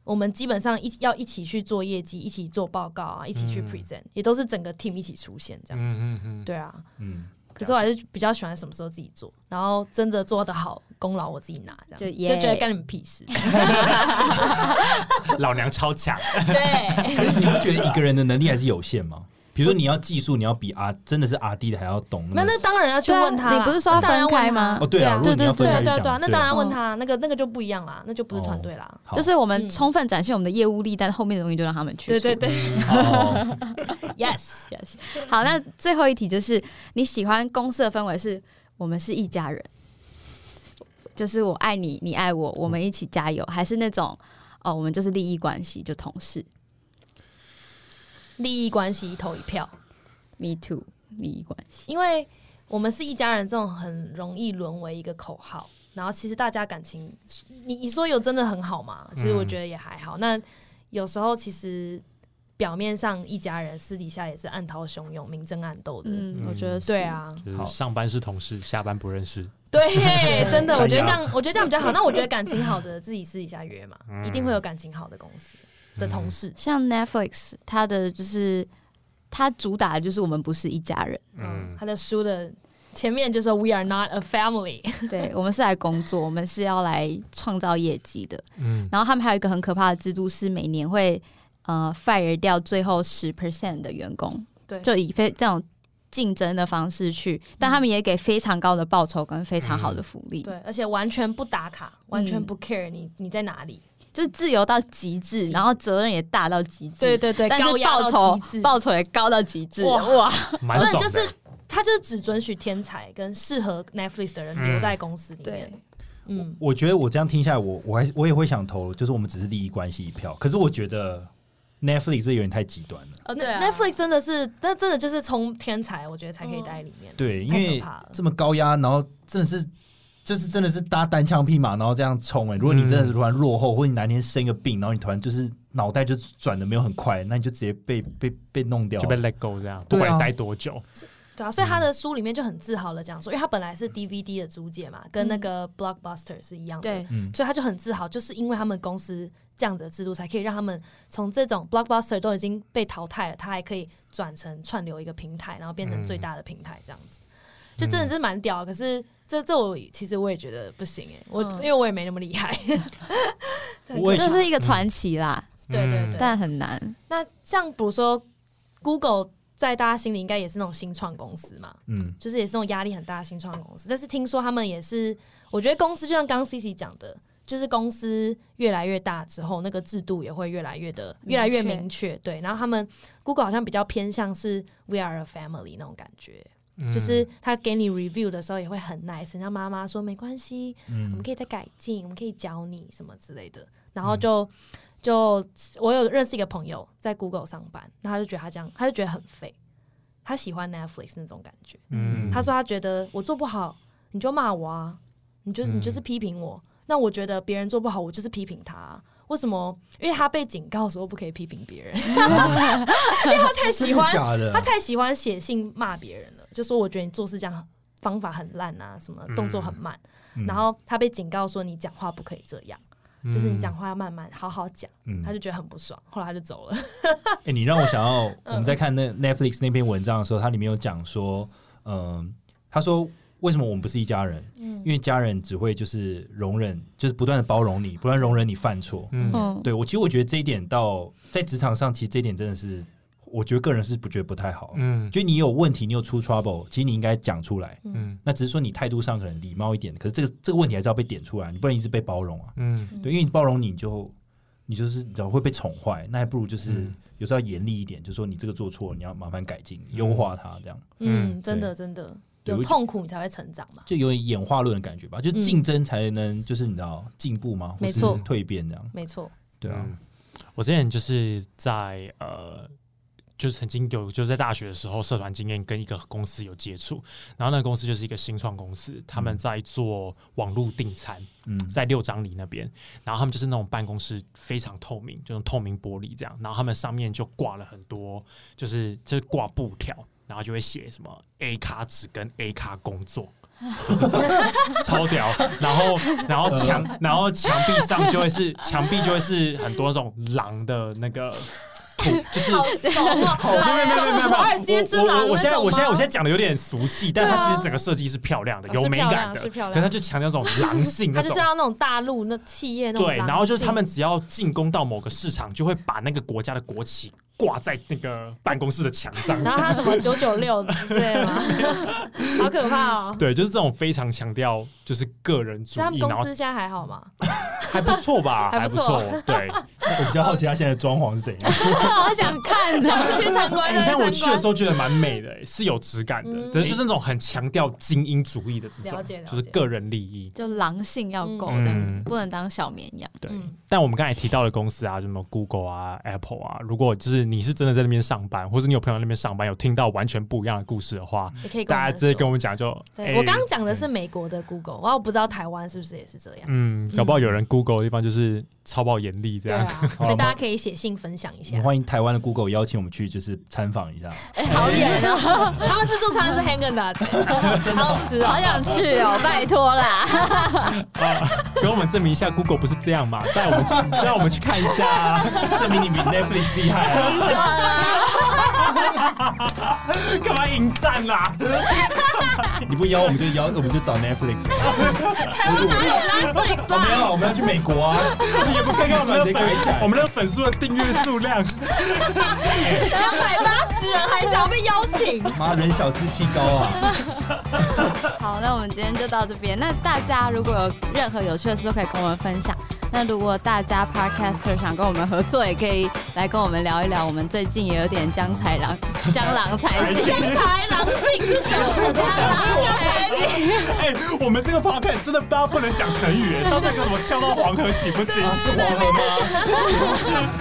S3: 我们基本上一起要一起去做业绩，一起做报告啊，一起去
S2: 嗯
S3: present，、也都是整个 team 一起出现这样子。
S2: 嗯嗯嗯，
S3: 对啊，
S4: 嗯，
S3: 可是我还是比较喜欢什么时候自己做，然后真的做得好，功劳我自己拿，这样
S1: 就
S3: 就
S1: 耶
S3: 觉得干你们屁 事。
S2: 老娘超强，
S3: 对，
S4: 可是你不觉得一个人的能力还是有限吗？比如说你要技术，你要比阿真的是阿弟的还要懂
S3: 那
S4: 个
S3: 那当然要去问他啦。
S1: 对啊你不是说要
S3: 当然要
S1: 分开
S3: 问他
S1: 吗
S4: 哦，对啊，如
S1: 对
S4: 果你要
S3: 对
S4: 分
S3: 啊，
S4: 开去
S3: 对啊，
S4: 讲，哦
S3: 对啊，那当然要问他，那个那个就不一样啦，那就不是团队啦。
S4: 好
S1: 就是我们
S3: 嗯
S1: 充分展现我们的业务力，但后面的东西就让他们去。
S3: 对对对
S4: 哦
S3: ，yes，
S1: yes。好，那最后一题就是你喜欢公司的氛围是我们是一家人，就是我爱你，你爱我，我们一起加油，还是那种哦，我们就是利益关系，就同事
S3: 利益关系投一票，
S1: ，me too，利益关系。
S3: 因为我们是一家人，这种很容易沦为一个口号。然后其实大家感情，你你说有真的很好吗？其实
S4: 嗯
S3: 我觉得也还好。那有时候其实表面上一家人，私底下也是暗涛汹涌、明争暗斗的。
S1: 嗯，
S2: 嗯
S1: 我觉得是
S3: 对，啊，
S2: 就是
S4: 好
S2: 上班是同事，下班不认识，
S3: 对，真的，我觉得
S4: 哎呀
S3: 这样，我觉得这样比较好。那我觉得感情好的自己私底下约嘛，
S4: 嗯
S3: 一定会有感情好的公司的同事。
S1: 像 Netflix，它的就是它主打的就是我们不是一家 人，
S3: 嗯
S2: 嗯，，
S3: 他的书的前面就说 “We are not a family”，
S1: 对我们是来工作，我们是要来创造业绩的。
S2: 嗯
S1: 然后他们还有一个很可怕的制度是每年会呃 fire 掉最后十 percent 的员工，
S3: 对
S1: 就以非这种竞争的方式去，但他们也给非常高的报酬跟非常好的福利，
S3: 对，而且完全不打卡，完全
S1: 嗯
S3: 不 care 你你在哪里。
S1: 就是自由到极致，然后责任也大到极致，
S3: 对对对，
S1: 但
S3: 高
S1: 是
S3: 压
S1: 报
S3: 到
S1: 酬
S3: 极致
S1: 报酬也高到极致，
S3: 哇
S1: 哇，
S2: 蛮
S3: 真的
S2: 爽
S3: 就
S2: 的
S3: 是。他就是只准许天才跟适合 Netflix 的人
S4: 嗯
S3: 留在公司里面
S1: 对。
S3: 嗯，
S4: 我觉得我这样听下来，我我还是我也会想投，就是我们只是利益关系一票。可是我觉得 Netflix 这有点太极端了，
S1: 哦
S3: n e t f l i x 真的是，那真的就是冲天才，我觉得才可以待在里面。
S4: 嗯对，因
S3: 太可
S4: 为
S3: 怕了
S1: 嗯
S4: 这么高压，然后真的是。就是欸嗯真的是搭单枪匹马，然后这样冲哎、如果你真的是突然落后，或者你哪天生一个病，然后你突然就是脑袋就转的没有很快，那你就直接被被被弄掉
S2: 就
S4: 了，
S2: 被 let go 这样，不
S4: 对
S2: 管
S4: 啊
S2: 你待多久，
S3: 对啊，所以他的书里面就很自豪的讲说，因为他本来是 DVD 的租借嘛，跟那个 Blockbuster 是一样的，
S1: 嗯对，
S4: 嗯，
S3: 所以他就很自豪，就是因为他们公司这样子的制度，才可以让他们从这种 Blockbuster 都已经被淘汰了，他还可以转成串流一个平台，然后变成最大的平台这样子，就真的是蛮屌的。可是这这我其实我也觉得不行哎、我、
S1: 嗯
S3: 因为我也没那么厉害。
S4: 我也
S1: 这是一个传奇啦，
S3: 对对对
S1: 嗯但很难。
S3: 那像比如说 Google 在大家心里应该也是那种新创公司嘛，
S4: 嗯
S3: 就是也是那种压力很大的新创公司。但是听说他们也是，我觉得公司就像刚刚 Cici 讲的，就是公司越来越大之后，那个制度也会越来越的
S1: 明确
S3: 越来越明确。对，然后他们 Google 好像比较偏向是 We are a family 那种感觉。
S2: 嗯
S3: 就是他给你 review 的时候也会很 nice，然后妈妈说没关系，我
S4: 嗯
S3: 们，可以再改进，我们可以教你什么之类的。然后就、就我有认识一个朋友在 Google 上班，那他就觉得他这样，他就觉得很废，他喜欢 Netflix 那种感觉。
S2: 嗯
S3: 他说他觉得我做不好，你就骂我啊，你就
S2: 嗯
S3: 你就是批评我。那我觉得别人做不好，我就是批评他啊、为什么？因为他被警告说不可以批评别 人，因为他太喜欢
S4: 真的假的
S3: 他太喜欢写信骂别人了，就说我觉得你做事这样方法很烂啊，什么动作很慢。
S4: 嗯
S3: 然后他被警告说你讲话不可以这样，就是你讲话要慢慢好好讲，
S4: 嗯
S3: 他就觉得很不爽，后来他就走了。
S4: 哎、你让我想到我们在看那 Netflix 那篇文章的时候，它里面有讲说，嗯、他说为什么我们不是一家人？因为家人只会就是容忍，就是不断的包容你，不断容忍你犯错。
S2: 嗯
S1: 嗯，
S4: 对我其实我觉得这一点到在职场上，其实这一点真的是，我觉得个人是不觉得不太好。
S2: 嗯
S4: 就你有问题，你有出 trouble，其实你应该讲出来。
S2: 嗯
S4: 那只是说你态度上可能礼貌一点，可是这个这个问题还是要被点出来，你不能一直被包容啊。
S2: 嗯
S4: 对，因为你包容你你就你就是你知道会被宠坏，那还不如就是
S2: 嗯
S4: 有时候要严厉一点，就说你这个做错了，你要麻烦改进，优化它，这样
S2: 嗯
S3: 嗯，真的真的
S4: 对
S3: 有
S4: 我
S3: 痛苦你才会成长嘛，
S4: 就有点演化论的感觉吧，就竞争才能就是你知道进步吗？
S3: 没错
S4: 或是蜕变这样，
S3: 没错。
S4: 对啊，
S2: 嗯我之前就是在呃，就曾经有就在大学的时候，社团经验跟一个公司有接触，然后那个公司就是一个新创公司，他们在做网络订餐，
S4: 嗯
S2: 在六张里那边，然后他们就是那种办公室非常透明，就那种透明玻璃这样，然后他们上面就挂了很多，就是就是挂布条，然后就会写什么 A 卡只跟 A 卡工作。超屌，然后然后墙然后墙壁上就会是墙壁就会是很多那种狼的那个图， 就是
S3: 好怂啊！
S2: 哦没有没有没有没有没有
S3: 对华尔街之狼
S2: 我我我现在
S3: 那种吗
S2: 我现在我现在讲的有点俗气，但它
S3: 对啊哦
S2: 其实整个设计是漂亮的，
S3: 是
S2: 有美
S3: 漂
S2: 感
S3: 亮
S2: 的，
S3: 是漂亮
S2: 可它就强调这种狼 性那
S3: 他就是
S2: 种。
S3: 要那种大陆那企业那种
S2: 对，
S3: 狼
S2: 然后就是
S3: 性
S2: 他们只要进攻到某个市场，就会把那个国家的国旗挂在那个办公室的墙上。
S3: 然后他什么九九六之类 的吗，好可怕哦！
S2: 对，就是这种非常强调就是个人主
S3: 所以他们
S2: 义，
S3: 公
S2: 然后
S3: 司现在还 好吗？
S2: 还不错吧，
S3: 还
S2: 还
S3: 不错
S2: 错。对，
S4: 我比较好奇他现在的装潢是怎 样，
S1: 好想看
S3: 下
S1: 的。
S3: 次去参 观，
S2: 哎
S3: 下
S2: 但我
S3: 次
S2: 去
S3: 参
S2: 的
S3: 观
S2: 时。候觉得蛮美的，哎是有质感的
S3: 嗯，
S2: 但是就是那种很强调精英主义的这
S3: 了
S2: 种
S3: 解了，
S2: 就是
S3: 解
S2: 个人利益。
S1: 就狼性要够这样子
S2: 嗯，
S1: 不能当小绵羊。
S2: 对，
S3: 嗯
S2: 但我们刚才提到的公司啊，什么 Google 啊、Apple 啊，如果就是你是真的在那边上班，或者你有朋友在那边上班，有听到完全不一样的故事的话，
S3: 也可以跟我
S2: 大家
S3: 们
S2: 直接跟
S3: 说
S2: 我们讲就。
S3: 嗯对
S2: 哎
S3: 我刚刚讲的是美国的 Google，然后我不知道台湾是不是也是这样。
S2: 嗯，搞不好有人 Google 的地方就是超爆严厉这
S3: 对
S2: 样。
S3: 啊，所以大家可以写信分享一
S4: 我
S3: 下
S4: 们。欢迎台湾的 Google 邀请我们去就是参访一下，
S1: 好远哦，
S3: 他们自助餐是 Hang and Nuts，好好吃哦
S1: 好。想去哦，拜托啦！
S2: 给我们证明一下 Google 不是这样嘛？带我们去，让我们去看一下啊，
S4: 证明你比 Netflix 厉害、啊。
S1: 听说了，
S2: 干嘛迎战 啦、
S4: 啊你不邀我们就邀，我们就找 Netflix。啊
S3: 哪有 Netflix 啊
S2: 哦
S4: 我们
S3: 啦？
S4: 要我们要去美国啊，
S2: 你也不看看我们
S4: 直
S2: 的
S4: 接改起来
S2: 粉，我们的粉丝的订阅数量。
S3: 两百八十人还想要被邀请，
S4: 妈人小志气高啊。
S1: 好，那我们今天就到这边。那大家如果有任何有趣的事，都可以跟我们分享。那如果大家 podcaster 想跟我们合作，也可以来跟我们聊一聊。我们最近也有点江才郎、江郎才尽、江才郎尽是什么？江郎才尽。
S2: 哎、我们这个 p o d c a s 真的大家不能讲成语，哎上次还跟我们跳到黄河洗不清。
S4: 是黄河吗？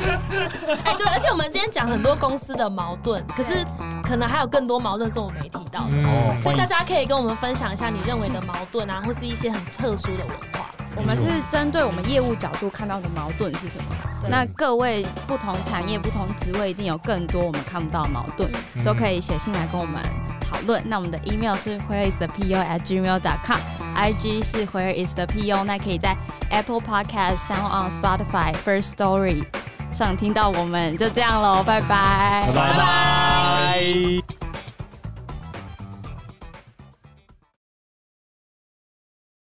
S3: 哎，对，而且我们今天讲很多公司的矛盾，可是可能还有更多矛盾是我们没提到的，
S2: 嗯
S3: 所以大家可以跟我们分享一下你认为的矛盾啊，或是一些很特殊的文化。
S1: 我们是针对我们业务角度看到的矛盾是什么？
S3: 对
S1: 那各位不同产业、不同职位一定有更多我们看不到的矛盾，
S2: 嗯
S1: 都可以写信来跟我们讨论。那我们的 email 是 where is the po at gmail com。IG 是 Where is the PO？那可以在 Apple Podcast、Sound on Spotify、First Story 上听到我们。就这样喽，拜拜
S2: 拜拜。